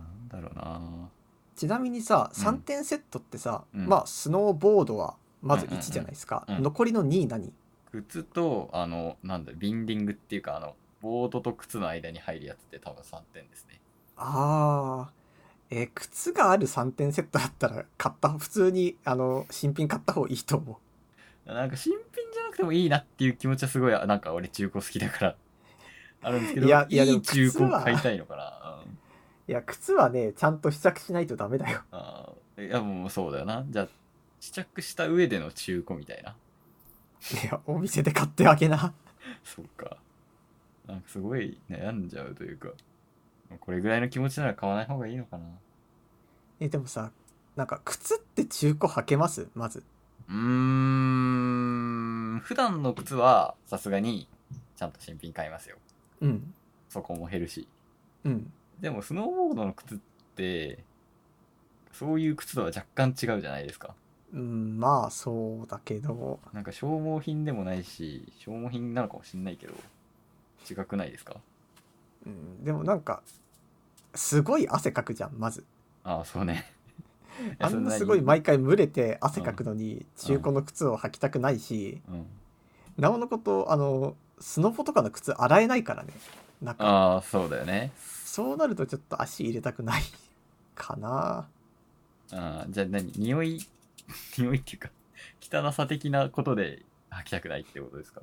Speaker 2: なんだろうな
Speaker 1: ちなみにさ
Speaker 2: うん
Speaker 1: 3点セットってさ、
Speaker 2: うん
Speaker 1: まあスノーボードはまず
Speaker 2: うんうんうん
Speaker 1: 1じゃないですか、
Speaker 2: うん
Speaker 1: 残りの2何
Speaker 2: 靴とあのなんだビンディングっていうかあのボードと靴の間に入るやつって多分3点ですね
Speaker 1: あーえー靴がある3点セットだったら買った普通にあの新品買った方がいいと思う
Speaker 2: なんか新品じゃなくてもいいなっていう気持ちはすごいあなんか俺中古好きだから あるんですけど
Speaker 1: いやいやでも
Speaker 2: い中
Speaker 1: 靴
Speaker 2: 古
Speaker 1: は
Speaker 2: 買いたいのかな、うん
Speaker 1: いや靴はねちゃんと試着しないとダメだよ
Speaker 2: あいやもうそうだよなじゃあ試着した上での中古みたいない
Speaker 1: や、お店で買ってわけな。
Speaker 2: そうかなんかすごい悩んじゃうというかこれぐらいの気持ちなら買わない方がいいのかな
Speaker 1: え、でもさ、なんか靴って中古履けますまず。
Speaker 2: うーん普段の靴はさすがにちゃんと新品買いますよ
Speaker 1: うん。
Speaker 2: そこも減るし
Speaker 1: うん。
Speaker 2: でもスノーボードの靴ってそういう靴とは若干違うじゃないですか
Speaker 1: うん、まあ、そうだけど。
Speaker 2: なんか消耗品でもないし消耗品なのかもしんないけど違くないですか
Speaker 1: うん、でもなんか、すごい汗かくじゃん、まず。
Speaker 2: ああそうね
Speaker 1: あんなす
Speaker 2: そ
Speaker 1: ごい
Speaker 2: に
Speaker 1: 毎回蒸れて汗かくのに、中古の靴を履きたくないし、
Speaker 2: うん、
Speaker 1: なおのこと、あの、スノボとかの靴洗えないからね。なんか、
Speaker 2: ああそうだよね
Speaker 1: そうなるとちょっと足入れたくないかな。
Speaker 2: ああじゃあ何匂い 匂いっていうか汚さ的なことで履きたくないってことですか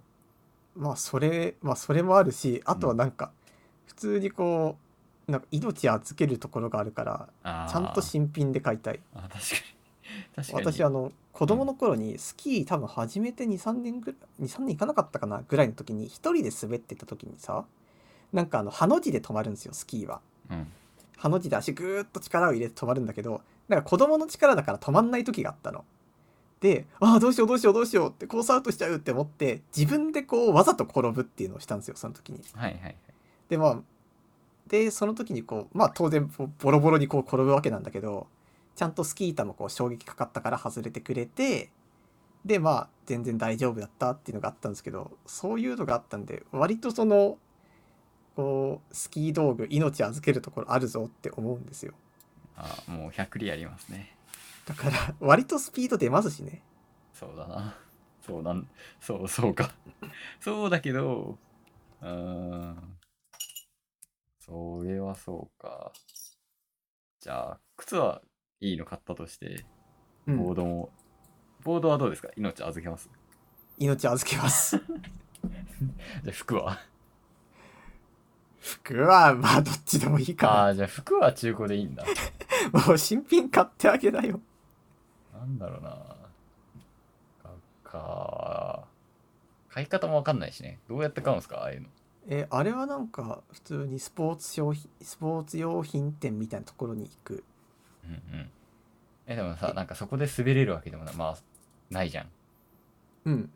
Speaker 1: まあそれまあそれもあるしあとはなんか普通にこうなんか命預けるところがあるから
Speaker 2: ああ
Speaker 1: ちゃんと新品で買いたい
Speaker 2: あ確かに確かに
Speaker 1: 私あの子供の頃にスキー多分初めて23年ぐらい23年行かなかったかなぐらいの時に一人で滑ってた時にさなんかあのハの字で止まるんですよスキーは。
Speaker 2: うん
Speaker 1: ハの字で足ぐーっと力を入れて止まるんだけどなんか子供の力だから止まんない時があったの。でああどうしようどうしようどうしようってコースアウトしちゃうって思って自分でこうわざと転ぶっていうのをしたんですよその時に。
Speaker 2: はいはいはい
Speaker 1: でまあでその時にこうまあ当然ぼボロボロにこう転ぶわけなんだけどちゃんとスキー板もこう衝撃かかったから外れてくれてでまあ全然大丈夫だったっていうのがあったんですけどそういうのがあったんで割とそのこうスキー道具命預けるところあるぞって思うんですよ
Speaker 2: ああもう100里ありますね
Speaker 1: だから割とスピード出ますしね
Speaker 2: そうだなそうなんそうそうか そうだけどうーんそれはそうかじゃあ靴はいいの買ったとして
Speaker 1: うん
Speaker 2: ボードも、ボードはどうですか命預けます
Speaker 1: 命預けます
Speaker 2: じゃあ服は
Speaker 1: 服はまあどっちでもいい
Speaker 2: あ
Speaker 1: か
Speaker 2: あじゃあ服は中古でいいんだ
Speaker 1: なもう新品買ってあげなよ
Speaker 2: なんだろうななんか買い方もわかんないしねどうやって買うんですかああいうの
Speaker 1: えあれはなんか普通にスポーツ商品スポーツ用品店みたいなところに行く
Speaker 2: うんうんえでもさなんかそこで滑れるわけでもなまあないじゃん
Speaker 1: うん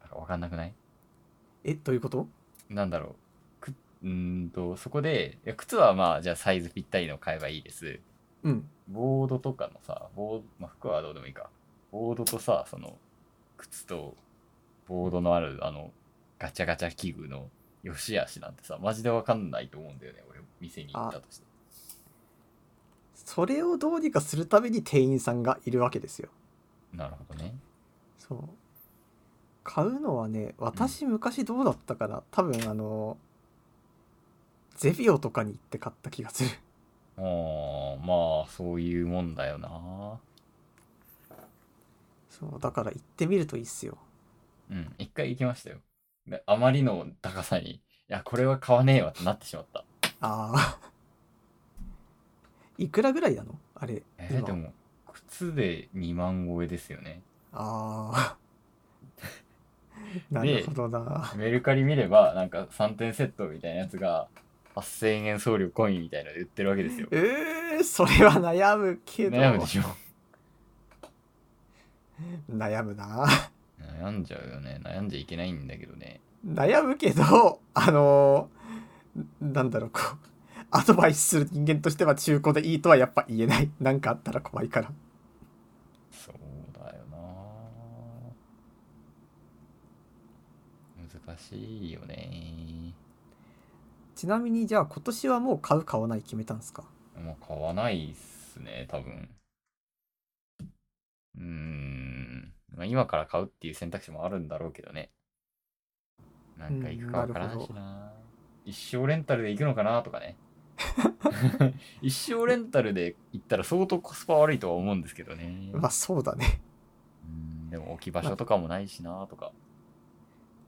Speaker 2: なんかわかんなくない
Speaker 1: えどういうこと
Speaker 2: なんだろうくうーんとそこでいや靴はまあじゃあサイズぴったりの買えばいいです
Speaker 1: うん
Speaker 2: ボードとかのさボード、まあ、服はどうでもいいかボードとさその靴とボードのあるあのガチャガチャ器具の良し悪しなんてさマジでわかんないと思うんだよね俺店に行ったとして
Speaker 1: それをどうにかするために店員さんがいるわけですよ
Speaker 2: なるほどね
Speaker 1: そう買うのはね私昔どうだったかな、多分あのゼビオとかに行って買った気がする
Speaker 2: あーまあそういうもんだよな
Speaker 1: そうだから行ってみるといいっすよ
Speaker 2: うん、一回行きましたよ。であまりの高さに、いや、これは買わねえわってなってしまった。
Speaker 1: ああいくらぐらいなのあれ
Speaker 2: えー
Speaker 1: 今
Speaker 2: でも、靴で2万超えですよね。
Speaker 1: あ あなるほどな
Speaker 2: メルカリ見れば、なんか3点セットみたいなやつが、8000円送料コインみたいなので売ってるわけですよ。
Speaker 1: えー、それは悩むけど
Speaker 2: 悩むでしょ。
Speaker 1: 悩むな
Speaker 2: 悩んじゃうよね。悩んじゃいけないんだけどね。
Speaker 1: 悩むけどあのーんなんだろうこうアドバイスする人間としては中古でいいとはやっぱ言えないなんかあったら怖いから
Speaker 2: そうだよな難しいよね
Speaker 1: ちなみにじゃあ今年はもう買う買わない決めたんですか
Speaker 2: もう買わないっすね、多分。うーん。まあ、今から買うっていう選択肢もあるんだろうけどね。なんか行くかわからんし
Speaker 1: うん
Speaker 2: な。一生レンタルで行くのかなとか ね。一生レンタルで行ったら相当コスパ悪いとは思うんですけどね。
Speaker 1: まあそうだね
Speaker 2: うんでも置き場所とかもないしなとか。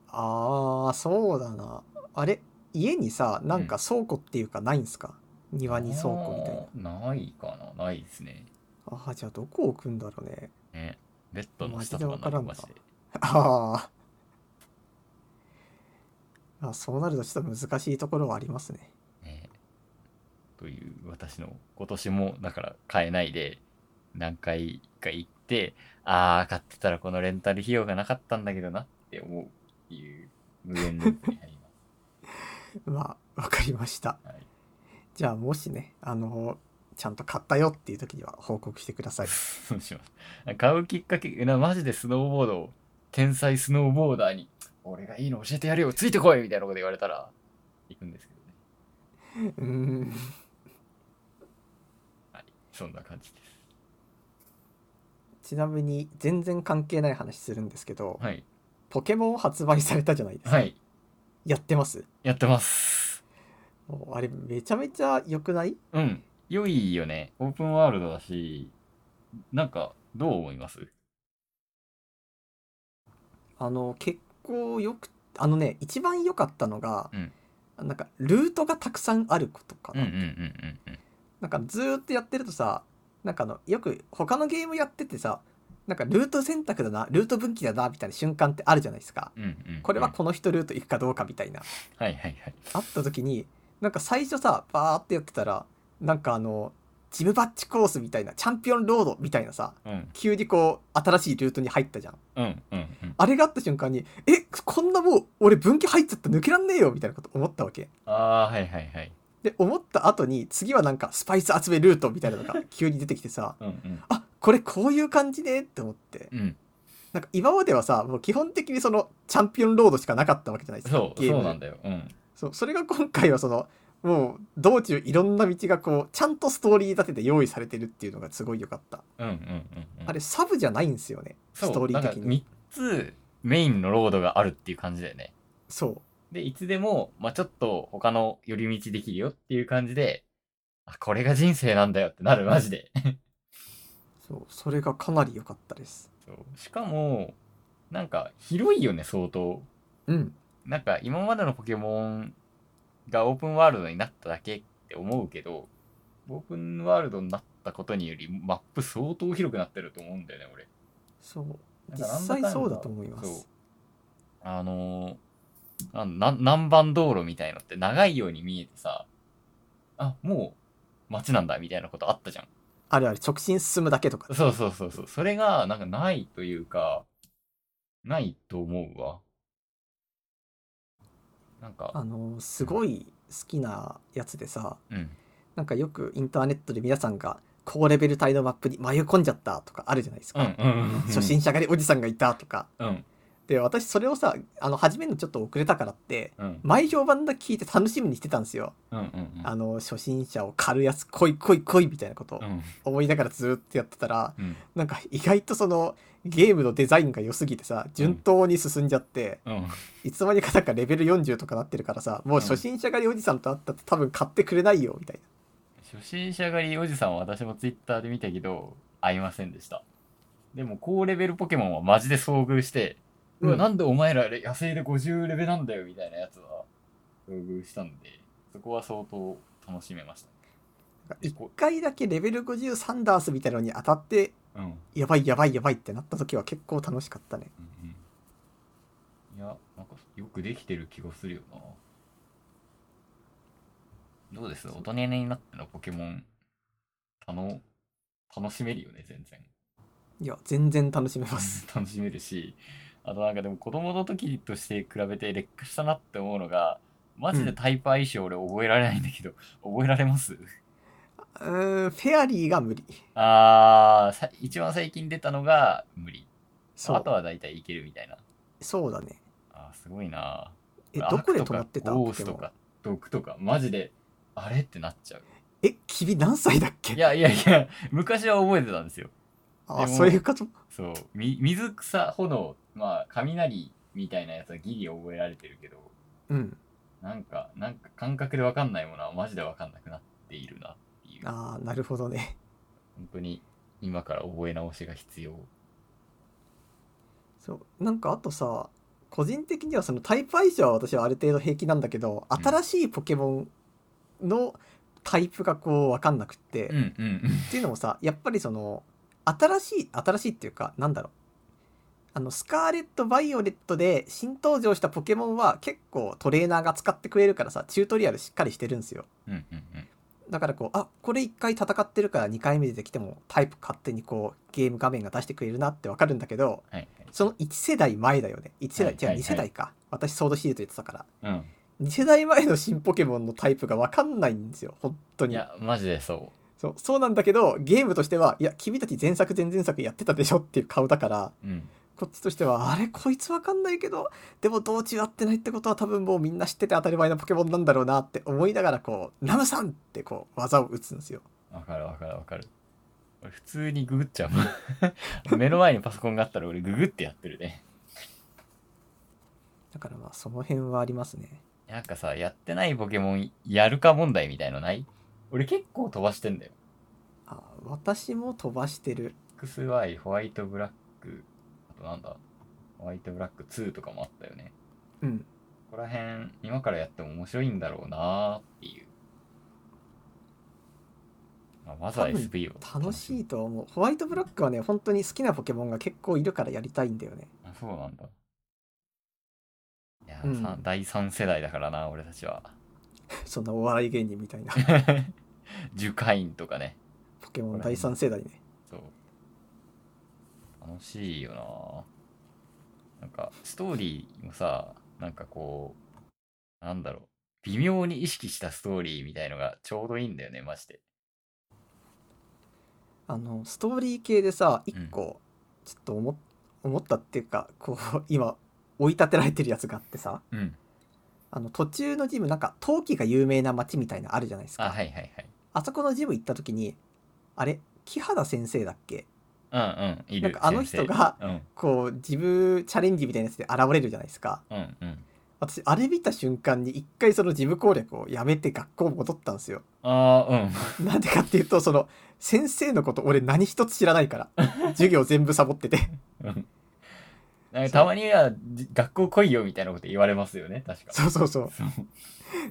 Speaker 1: ああそうだなあれ家にさなんか倉庫っていうかないんすか、庭に倉庫みたいな
Speaker 2: な。ないかなないですね。
Speaker 1: ああ、じゃあどこ置くんだろうね。
Speaker 2: ね。ベッドの下とかになりまして。
Speaker 1: ああ。まあそうなるとちょっと難しいところはありますね。
Speaker 2: ね。という私の今年もだから買えないで何回か行ってああ買ってたらこのレンタル費用がなかったんだけどなって思うっていう無限ループに入りま
Speaker 1: まあ、わかりました。
Speaker 2: はい
Speaker 1: じゃあもしね、あの、ちゃんと買ったよっていう時には報告してください。
Speaker 2: す。 そうします。買うきっかけなマジでスノーボードを天才スノーボーダーに俺がいいの教えてやるよついてこいみたいなこと言われたら行くんですけどね。
Speaker 1: うーん。
Speaker 2: そんな感じです。
Speaker 1: ちなみに全然関係ない話するんですけど、
Speaker 2: はい。
Speaker 1: ポケモン発売されたじゃないですか。
Speaker 2: はい。
Speaker 1: やってます
Speaker 2: やってます。
Speaker 1: もうあれめちゃめちゃ良くない
Speaker 2: うん。良いよね。オープンワールドだし、なんか、どう思います
Speaker 1: あの結構よくあのね一番良かったのが、
Speaker 2: うん
Speaker 1: なんかルートがたくさんあることか
Speaker 2: うん
Speaker 1: な、
Speaker 2: うんうんうんうん。
Speaker 1: なんかずーっとやってるとさなんかあのよく他のゲームやっててさなんかルート選択だなルート分岐だなみたいな瞬間ってあるじゃないですか
Speaker 2: うんうんうん
Speaker 1: これはこの人ルート行くかどうかみたいな
Speaker 2: はいはいはい。
Speaker 1: あった時になんか最初さバーってやってたらなんかあのジムバッチコースみたいなチャンピオンロードみたいなさ
Speaker 2: うん
Speaker 1: 急にこう新しいルートに入ったじゃん
Speaker 2: うんうんうん。
Speaker 1: あれがあった瞬間に、え、こんなもう、俺分岐入っちゃった抜けらんねえよみたいなこと思ったわけ。
Speaker 2: ああー、はいはいはい。
Speaker 1: で、思った後に、次はなんかスパイス集めルートみたいなのが急に出てきてさ、
Speaker 2: うんうん。
Speaker 1: あ、これこういう感じねって思って。
Speaker 2: うん、
Speaker 1: なんか今まではさ、もう基本的にその、チャンピオンロードしかなかったわけじゃないですか。
Speaker 2: そう、
Speaker 1: ゲーム
Speaker 2: そうなんだよ。うん。
Speaker 1: そう、それが今回はその、もう道中いろんな道がこう、ちゃんとストーリー立てて用意されてるっていうのがすごい良かった。
Speaker 2: うんうんうんうん。
Speaker 1: あれサブじゃないんですよね。
Speaker 2: そう
Speaker 1: ストーリー的に。
Speaker 2: なんか3つメインのロードがあるっていう感じだよね。
Speaker 1: そう。
Speaker 2: で、いつでも、まあちょっと他の寄り道できるよっていう感じで、あ、これが人生なんだよってなる、マジで。
Speaker 1: そう、それがかなり良かったです。
Speaker 2: そうしかも、なんか広いよね、相当。
Speaker 1: うん。
Speaker 2: なんか今までのポケモンがオープンワールドになっただけって思うけど、オープンワールドになったことによりマップ相当広くなってると思うんだよね、俺。
Speaker 1: そう。
Speaker 2: なん
Speaker 1: 実
Speaker 2: かなんだかん
Speaker 1: 際
Speaker 2: だ
Speaker 1: そうだと思いま
Speaker 2: そう
Speaker 1: す。
Speaker 2: あのーなんなん南蛮道路みたいのって長いように見えてさ、あ、もう街なんだみたいなことあったじゃん。
Speaker 1: あるある直進進むだけとか。
Speaker 2: そうそうそうそう。それがなんかないというか、ないと思うわ。なんか、
Speaker 1: あのすごい好きなやつでさ
Speaker 2: うん。
Speaker 1: なんかよくインターネットで皆さんが高レベル帯のマップに迷い込んじゃったとかあるじゃないです
Speaker 2: うん
Speaker 1: か、
Speaker 2: うんうんうん。
Speaker 1: 初心者狩りおじさんがいたとか
Speaker 2: うん
Speaker 1: で私それをさあの初めのちょっと遅れたからって
Speaker 2: うん
Speaker 1: 前評判だけ聞いて楽しみにしてたんですよ、
Speaker 2: うんうん
Speaker 1: あの初心者を狩るやつ来い来い来いみたいなことを
Speaker 2: うん
Speaker 1: 思いながらずーっとやってたら
Speaker 2: うん
Speaker 1: なんか意外とそのゲームのデザインが良すぎてさ順当に進んじゃって、
Speaker 2: うん
Speaker 1: いつまにかなんかレベル40とかなってるからさもう初心者狩りおじさんと会ったって多分買ってくれないよみたい
Speaker 2: 初心者狩りおじさんは私もツイッターで見たけど会いませんでしたでも高レベルポケモンはマジで遭遇して、う
Speaker 1: な、
Speaker 2: わなんでお前ら野生で50レベルなんだよみたいなやつは遭遇したんでそこは相当楽しめまし
Speaker 1: 1回だけレベル50サンダースみたいなのに当たって
Speaker 2: たうん
Speaker 1: やばいやばいやばいってなった時は結構楽しかったね
Speaker 2: うんうんいやなんかよくできてる気がするよなどうです大人になってのポケモン楽楽しめるよね全然
Speaker 1: いや全然楽しめます
Speaker 2: 楽しめるしあとなんかでも子供の時として比べて劣化したなって思うのがマジでタイプ相性俺覚えられないんだけど、 覚えられます
Speaker 1: うーんフェアリーが無理
Speaker 2: あーさ一番最近出たのが無理
Speaker 1: そ
Speaker 2: あ
Speaker 1: う
Speaker 2: とは大体いけるみたいな
Speaker 1: そうだね
Speaker 2: あーすごいな
Speaker 1: え
Speaker 2: あ
Speaker 1: どこで止まってた
Speaker 2: 悪とかゴース
Speaker 1: ポ
Speaker 2: と
Speaker 1: ケモン
Speaker 2: か毒とかマジであれってなっちゃう
Speaker 1: え君何歳だっけ
Speaker 2: いやいやいや昔は覚えてたんですよ
Speaker 1: あ
Speaker 2: でも
Speaker 1: そういうこと
Speaker 2: そうみ水草炎まあ雷みたいなやつはギリ覚えられてるけど
Speaker 1: うん
Speaker 2: なんか、なんか感覚でわかんないものはマジでわかんなくなっているなっていう。本
Speaker 1: ああなるほどね
Speaker 2: 当に今から覚え直しが必要。
Speaker 1: そうなんかあとさ個人的にはそのタイプ相性は私はある程度平気なんだけど新しいポケモンのタイプがこう分かんなくって、
Speaker 2: うんうん
Speaker 1: っていうのもさやっぱりその新しい新しいっていうかなんだろうあのスカーレット・バイオレットで新登場したポケモンは結構トレーナーが使ってくれるからさチュートリアルしっかりしてるんですよ
Speaker 2: うんうんうんうん
Speaker 1: だからこうあこれ1回戦ってるから2回目出てきてもタイプ勝手にこうゲーム画面が出してくれるなってわかるんだけど
Speaker 2: はい
Speaker 1: その1世代前だよね1世代、
Speaker 2: はい
Speaker 1: じゃあ
Speaker 2: はい
Speaker 1: 2世代か、私ソードシールド言ってたから
Speaker 2: はい
Speaker 1: 2世代前の新ポケモンのタイプがわかんないんですよ本当
Speaker 2: うん
Speaker 1: に
Speaker 2: いやマジでそ
Speaker 1: そうそうなんだけどゲームとしてはいや君たち前作前々作やってたでしょっていう顔だから
Speaker 2: ううん
Speaker 1: こっちとしてはあれこいつわかんないけどでも道中合ってないってことは多分もうみんな知ってて当たり前のポケモンなんだろうなって思いながらこう「ナムさん!」ってこう技を打つんですよ。
Speaker 2: わかるわかるわかる俺普通にググっちゃう 目の前にパソコンがあったら俺ググってやってるね
Speaker 1: だからまあその辺はありますね。
Speaker 2: なんかさやってないポケモンやるか問題みたいのない俺結構飛ばしてんだよ
Speaker 1: あ私も飛ばしてる
Speaker 2: XY ホワイトブラックあとなんだホワイトブラック2とかもあったよね
Speaker 1: うん
Speaker 2: ここら辺今からやっても面白いんだろうなーっていう、まあ、まずは
Speaker 1: 多分
Speaker 2: SV を
Speaker 1: 楽しいとは思うホワイトブラックはね本当に好きなポケモンが結構いるからやりたいんだよね
Speaker 2: あそうなんだいや、
Speaker 1: うん
Speaker 2: さ第3世代だからな俺たちは
Speaker 1: そんなお笑い芸人み たいな
Speaker 2: 樹海院とかね
Speaker 1: ポケモン第3世代ね
Speaker 2: そう楽しいよななんかストーリーもさなんかこうなんだろう微妙に意識したストーリーみたいのがちょうどいいんだよねマジで
Speaker 1: あのストーリー系でさ1個ちょっと思っ思ったっていうかこう今追い立てられてるやつがあってさ
Speaker 2: うん
Speaker 1: あの途中のジムなんか陶器が有名な町みたいなのあるじゃないですか
Speaker 2: あ
Speaker 1: あ,、
Speaker 2: はいはいはい
Speaker 1: そこのジム行った時にあれ木原先生だっけ
Speaker 2: うんうんいる
Speaker 1: なんかあの人が
Speaker 2: 先生
Speaker 1: こうジムチャレンジみたいなやつで現れるじゃないですか
Speaker 2: うんうんうん
Speaker 1: 私あれ見た瞬間に一回その事務攻略をやめて学校戻ったんですよ
Speaker 2: ああうん
Speaker 1: なんでかっていうとその先生のこと俺何一つ知らないから授業全部サボってて
Speaker 2: うんなんかたまにはじ学校来いよみたいなこと言われますよね確か
Speaker 1: そうそうそう
Speaker 2: そう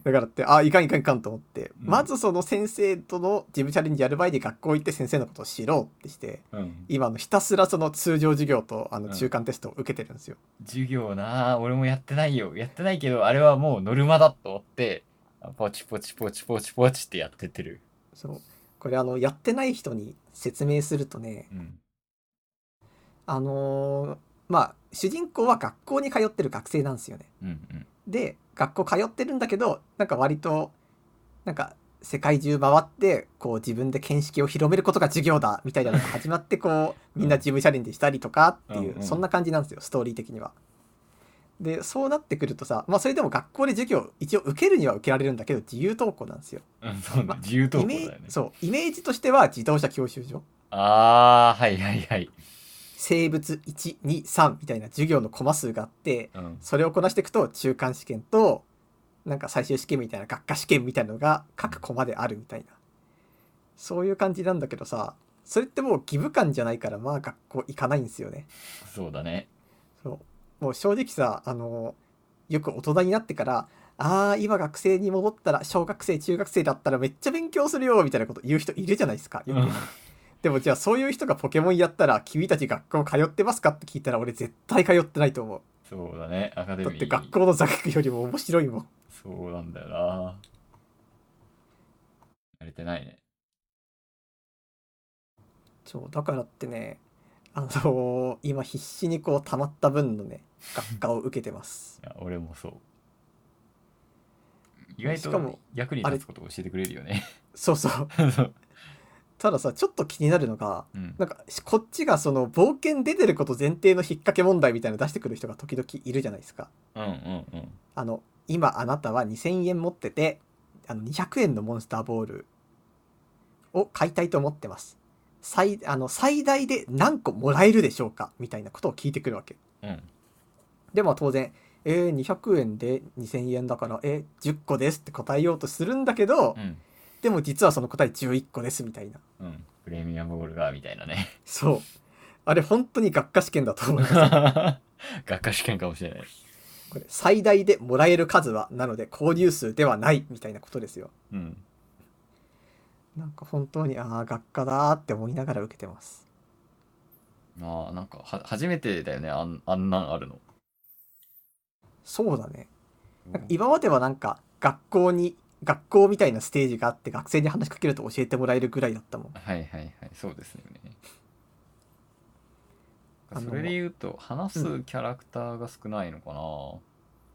Speaker 1: だからってあいかんいかんいかんと思って、
Speaker 2: うん
Speaker 1: まずその先生との事務チャレンジやる前に学校行って先生のことを知ろうってして
Speaker 2: うん、
Speaker 1: 今あのひたすらその通常授業とあの
Speaker 2: うん
Speaker 1: 中間テストを受けてるんですよ、
Speaker 2: 授業なあ俺もやってないよやってないけどあれはもうノルマだと思ってあポチポチポチポチポチってやってってる、
Speaker 1: そうこれあのやってない人に説明するとね
Speaker 2: うん、
Speaker 1: あのーまあ主人公は学校に通ってる学生なんですよね
Speaker 2: うんうん
Speaker 1: で学校通ってるんだけどなんか割となんか世界中回ってこう自分で見識を広めることが授業だみたいなのが始まってこうみんな自分チャレンジしたりとかっていう、
Speaker 2: うんうん
Speaker 1: そんな感じなんですよストーリー的には。でそうなってくるとさ、まあ、それでも学校で授業一応受けるには受けられるんだけど自由登校なんですよ。
Speaker 2: うんそう
Speaker 1: ま
Speaker 2: だ自由投
Speaker 1: イ
Speaker 2: 稿だ
Speaker 1: メ
Speaker 2: よね
Speaker 1: ージそうイメージとしては自動車教習所
Speaker 2: ああはいはいはい、
Speaker 1: 生物123みたいな授業のコマ数があって
Speaker 2: うん、
Speaker 1: それをこなしていくと中間試験となんか最終試験みたいな学科試験みたいなのが各コマであるみたいなそういう感じなんだけどさそれってもう義務感じゃないからまあ学校行かないんですよね
Speaker 2: そうだね
Speaker 1: そうもう正直さあのよく大人になってからあー今学生に戻ったら小学生中学生だったらめっちゃ勉強するよみたいなこと言う人いるじゃないですか、よく
Speaker 2: うん
Speaker 1: でもじゃあそういう人がポケモンやったら君たち学校通ってますかって聞いたら俺絶対通ってないと思う
Speaker 2: そうだねアカデ
Speaker 1: だ
Speaker 2: ミ
Speaker 1: っ
Speaker 2: ー
Speaker 1: て学校の座学よりも面白いもん
Speaker 2: そうなんだよなやれてないね
Speaker 1: そうだからってねあのー今必死にこう溜まった分のね学科を受けてます
Speaker 2: いや俺もそう意外
Speaker 1: しかも
Speaker 2: と役に立つことを教えてくれるよね
Speaker 1: そうそう
Speaker 2: そう
Speaker 1: たださちょっと気になるのが
Speaker 2: うん
Speaker 1: なんかしこっちがその冒険出てること前提の引っ掛け問題みたいなの出してくる人が時々いるじゃないですか
Speaker 2: うんうんうん
Speaker 1: あの今あなたは2000円持っててあの200円のモンスターボールを買いたいと思ってます最あの最大で何個もらえるでしょうかみたいなことを聞いてくるわけ
Speaker 2: うん
Speaker 1: でも当然、えー、200円で2000円だから、えー、10個ですって答えようとするんだけど、
Speaker 2: うん
Speaker 1: でも実はその答え11個ですみたいな。
Speaker 2: うんプレミアムボールがみたいな ね
Speaker 1: そう。あれ本当に学科試験だと 思います。
Speaker 2: 学科試験かもしれない
Speaker 1: これ最大でもらえる数は、なので購入数ではないみたいなことですよ。
Speaker 2: うん
Speaker 1: なんか本当に、ああ、学科だーって思いながら受けてます。
Speaker 2: ああ、なんかは、初めてだよね、あんあんなんあるの。
Speaker 1: そうだね。なんか今まではなんか学校に、学校みたいなステージがあって学生に話しかけると教えてもらえるぐらいだったもん。
Speaker 2: はいはいはい、そうですよね
Speaker 1: あ。の
Speaker 2: それで言うと、話すキャラクターが少ないのか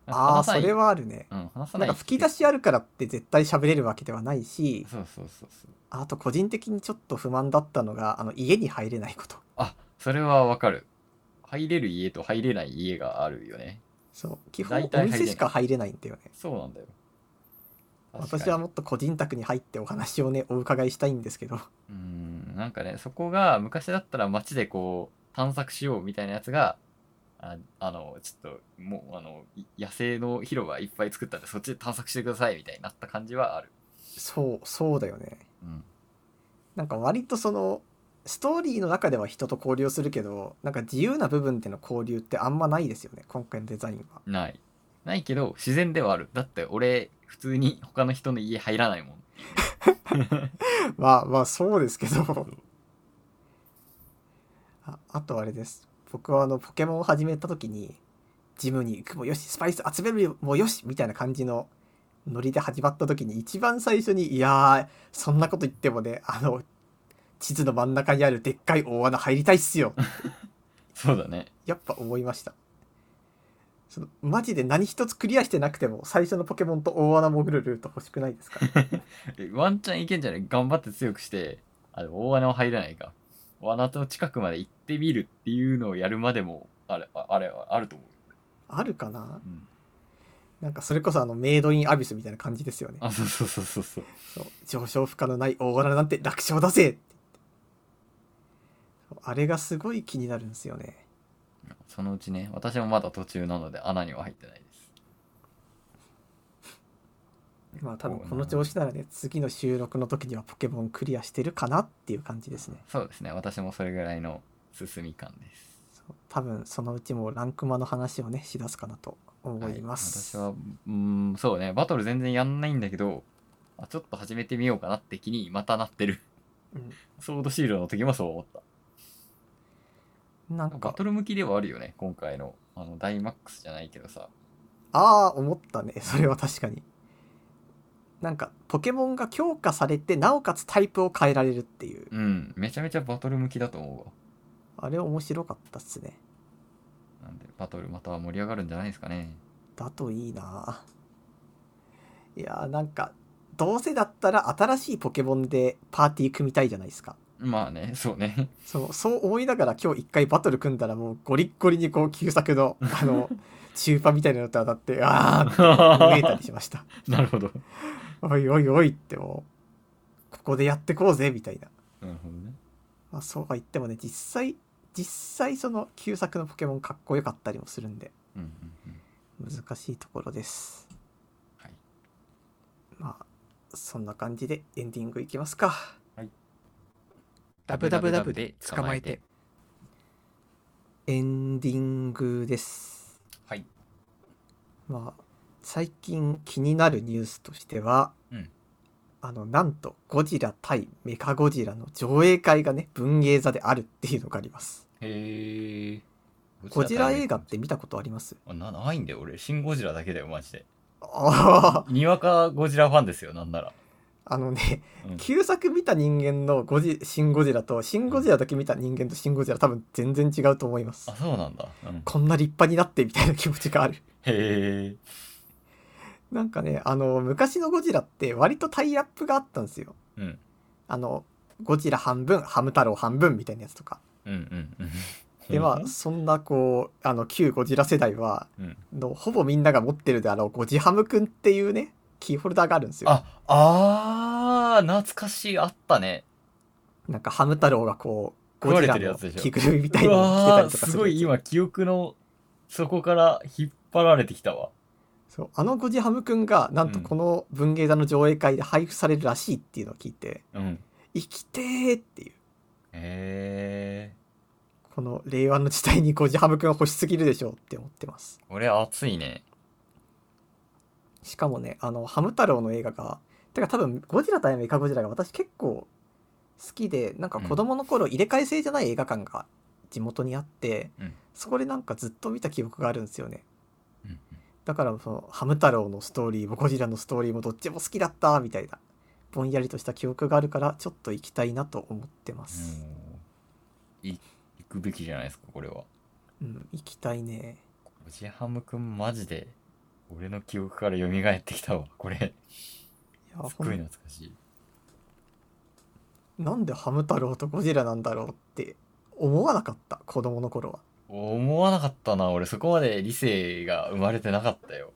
Speaker 2: な。
Speaker 1: ああ、
Speaker 2: 話さな
Speaker 1: そ
Speaker 2: い
Speaker 1: れ。はあるね。
Speaker 2: うん、話さ
Speaker 1: な
Speaker 2: なんい。
Speaker 1: か吹き出しあるからって絶対喋れるわけではないし、
Speaker 2: そうそうそうそう。
Speaker 1: あと個人的にちょっと不満だったのが、あの家に入れないこと。
Speaker 2: あ、それはわかる。入れる家と入れない家があるよね。
Speaker 1: そう。基本
Speaker 2: 大
Speaker 1: お
Speaker 2: 体入れない
Speaker 1: 店しか入れないんだよね。
Speaker 2: そうなんだよ。確かに
Speaker 1: 私はもっと個人宅に入ってお話をね、お伺いしたいんですけど。
Speaker 2: うーんなんかねそこが昔だったら街でこう探索しようみたいなやつがああのちょっともうあのい野生の広場いっぱい作ったんでそっちで探索してくださいみたいになった感じはある、
Speaker 1: そう、そうだよね。
Speaker 2: うん、
Speaker 1: なんか割とその、ストーリーの中では人と交流するけど、なんか自由な部分での交流ってあんまないですよね、今回のデザインは。
Speaker 2: ないないけど自然ではあるだって俺普通に他の人の家入らないもん
Speaker 1: まあまあそうですけどああとあれです僕はあのポケモンを始めた時にジムに行くもよしスパイス集めるもよしみたいな感じのノリで始まった時に一番最初にいやーそんなこと言ってもねあの地図の真ん中にあるでっかい大穴入りたいっすよ
Speaker 2: そうだね
Speaker 1: やっぱ思いましたそのマジで何一つクリアしてなくても最初のポケモンと大穴潜るルート欲しくないですか
Speaker 2: えワンチャンいけんじゃない頑張って強くしてあでも大穴は入らないか大穴の近くまで行ってみるっていうのをやるまでもあれああれはあると思
Speaker 1: あるかな
Speaker 2: う、うん、
Speaker 1: なんかそれこそあのメイドインアビスみたいな感じですよね
Speaker 2: あそうそうそうそうそう
Speaker 1: そう上昇負荷のない大柄なんて楽勝だぜって言ってあれがすごい気になるんですよね
Speaker 2: そのうちね、私もまだ途中なので穴には入ってないです。
Speaker 1: まあ多分この調子ならね次の収録の時にはポケモンクリアしてるかなっていう感じですね
Speaker 2: そうですね、私もそれぐらいの進み感です。
Speaker 1: そう多分そのうちもうランクマの話をねしだすかなと思います、
Speaker 2: はい、私は、うーん、そうね、バトル全然やんないんだけど、あちょっと始めてみようかなって気にまたなってる。 ソードシールドの時もそう思った。
Speaker 1: うん、なん
Speaker 2: バ
Speaker 1: か
Speaker 2: トル向きではあるよね、今回の。あの、ダイマックスじゃないけどさ。
Speaker 1: ああ思ったね それは確かになんかポケモンが強化されてなおかつタイプを変えられるっていう
Speaker 2: うん、めちゃめちゃバトル向きだと思うわ。
Speaker 1: あれ面白かったっすね
Speaker 2: なんで、バトルまた盛り上がるんじゃないですかね。
Speaker 1: だといいなぁいやーなんかどうせだったら新しいポケモンでパーティー組みたいじゃないですか
Speaker 2: まあね、そうね。
Speaker 1: そうそう思いながら今日一回バトル組んだらもうゴリッゴリにこう旧作のあの中パみたいなのと当たってあーって飢えたりしました
Speaker 2: なるほど。
Speaker 1: おいおいおいってもうここでやってこうぜみたいな、
Speaker 2: なるほどね。
Speaker 1: まあ、そうは言ってもね実際実際その旧作のポケモンかっこよかったりもするんで
Speaker 2: うんうんうん。
Speaker 1: 難しいところです
Speaker 2: はい。
Speaker 1: まあそんな感じでエンディングいきますか
Speaker 3: ダブダブダブで捕まえて。
Speaker 1: エンディングです
Speaker 2: はい。
Speaker 1: まあ最近気になるニュースとしては、
Speaker 2: うん
Speaker 1: あのなんとゴジラ対メカゴジラの上映会がね文芸座であるっていうのがあります
Speaker 2: へえ。
Speaker 1: ゴジラ映画って見たことあります
Speaker 2: あなないんだよ、俺。シン・ゴジラだけだよ、マジで。
Speaker 1: ああ
Speaker 2: にわかゴジラファンですよ、なんなら。
Speaker 1: あのね
Speaker 2: うん
Speaker 1: 旧作見た人間のゴジシン・ゴジラとシン・ゴジラだけ見た人間とシン・ゴジラ多分全然違うと思います
Speaker 2: あ、そうなんだ。うん
Speaker 1: こんな立派になってみたいな気持ちがある
Speaker 2: へえ。
Speaker 1: なんかね、あの、昔のゴジラって割とタイアップがあったんですよ。
Speaker 2: うん。
Speaker 1: あの、ゴジラ半分、ハム太郎半分みたいなやつとか。
Speaker 2: うんうんうん。
Speaker 1: で、まあ、そんなこう、あの、旧ゴジラ世代は、
Speaker 2: うん
Speaker 1: のほぼみんなが持ってるであろう、ゴジハムくんっていうね、キーホルダーがあるんですよ。
Speaker 2: あ、あー、懐かしい、あったね。
Speaker 1: なんかハム太郎がこう、
Speaker 2: 食
Speaker 1: ゴ
Speaker 2: わ
Speaker 1: ジ
Speaker 2: れ
Speaker 1: ラ
Speaker 2: てるや
Speaker 1: の
Speaker 2: つでしょ
Speaker 1: 着ぐるみみたいうなの着てた
Speaker 2: わ
Speaker 1: り
Speaker 2: ー、
Speaker 1: とか
Speaker 2: す
Speaker 1: す
Speaker 2: ご
Speaker 1: る
Speaker 2: い
Speaker 1: やつ
Speaker 2: 今、記憶の、そこから引っ張られてきたわ。
Speaker 1: そうあのゴジハムくんが、なんとこの文芸座の上映会で配布されるらしいっていうのを聞いて、
Speaker 2: うん。
Speaker 1: 生きてーっていう。
Speaker 2: へえ。
Speaker 1: この令和の時代にゴジハムくんは欲しすぎるでしょうって思ってます。
Speaker 2: 俺、熱いね。
Speaker 1: しかもね、あの、ハム太郎の映画がてか多分ゴジラ対メカゴジラが私結構好きでなんか子供の頃入れ替え制じゃない映画館が地元にあって、
Speaker 2: うん
Speaker 1: そこでなんかずっと見た記憶があるんですよね
Speaker 2: うんうん
Speaker 1: だからそのハム太郎のストーリーもゴジラのストーリーもどっちも好きだったみたいなぼんやりとした記憶があるからちょっと行きたいなと思ってます、
Speaker 2: うんい行くべきじゃないですかこれは
Speaker 1: うん、行きたいね
Speaker 2: ゴジハムくんマジで俺の記憶から蘇ってきたわこれ
Speaker 1: いや
Speaker 2: すっごい
Speaker 1: ほん
Speaker 2: 懐かしい
Speaker 1: なんでハム太郎とゴジラなんだろうって思わなかった子供の頃は
Speaker 2: 思わなかったな俺そこまで理性が生まれてなかったよ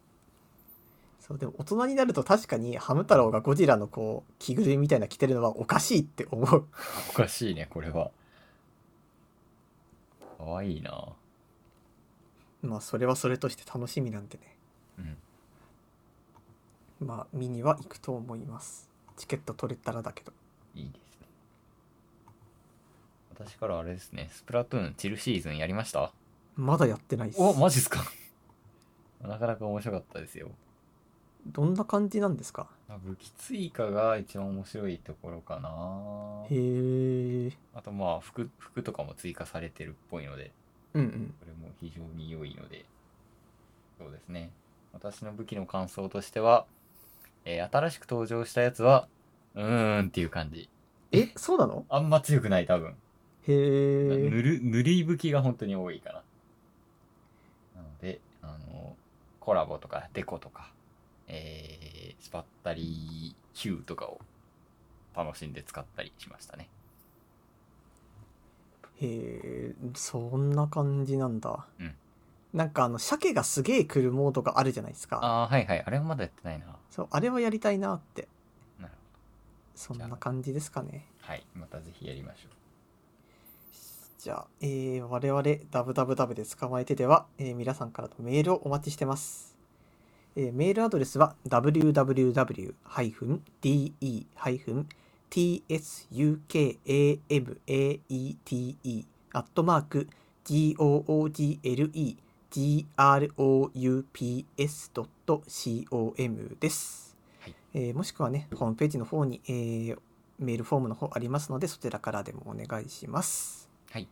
Speaker 1: そうでも大人になると確かにハム太郎がゴジラのこう着ぐるみみたいなの着てるのはおかしいって思う
Speaker 2: おかしいねこれはかわいいな
Speaker 1: まあそれはそれとして楽しみなんでね
Speaker 2: うん
Speaker 1: まあ見には行くと思いますチケット取れたらだけど
Speaker 2: いいですね私からあれですねスプラトゥーンチルシーズンやりました
Speaker 1: まだやってないっす
Speaker 2: おマジっすかなかなか面白かったですよ
Speaker 1: どんな感じなんですか
Speaker 2: まあ武器追加が一番面白いところかな
Speaker 1: へえうん
Speaker 2: あとまあ服服とかも追加されてるっぽいので
Speaker 1: うん
Speaker 2: これも非常に良いのでそうですね私の武器の感想としては、えー新しく登場したやつはうーんっていう感じ
Speaker 1: えそうなの
Speaker 2: あんま強くない多分
Speaker 1: へ
Speaker 2: ぬ
Speaker 1: え
Speaker 2: るぬるい武器が本当に多いかななのであのコラボとかデコとかえー、スパッタリ Q とかを楽しんで使ったりしましたね
Speaker 1: へえそんな感じなんだ、
Speaker 2: うん
Speaker 1: なんかあの鮭がすげえ来るモードがあるじゃないですか
Speaker 2: ああはいはいあれはまだやってないな
Speaker 1: そうあれはやりたいなって
Speaker 2: なるほ
Speaker 1: そんな感じですかね
Speaker 2: どはいまたぜひやりましょう
Speaker 1: じゃあ、えー我々ダブダブダブで捕まえてでは、えー皆さんからのメールをお待ちしてます。えーメールアドレスは www-de-tsukamate.googlegroups.com です。
Speaker 2: はい
Speaker 1: えーもしくはね、ホームページの方に、えーメールフォームの方ありますので、そちらからでもお願いします。
Speaker 2: はい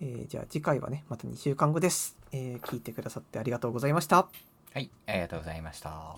Speaker 1: えーじゃあ次回はね、また2週間後です。えー聞いてくださってありがとうございました。
Speaker 2: はいありがとうございました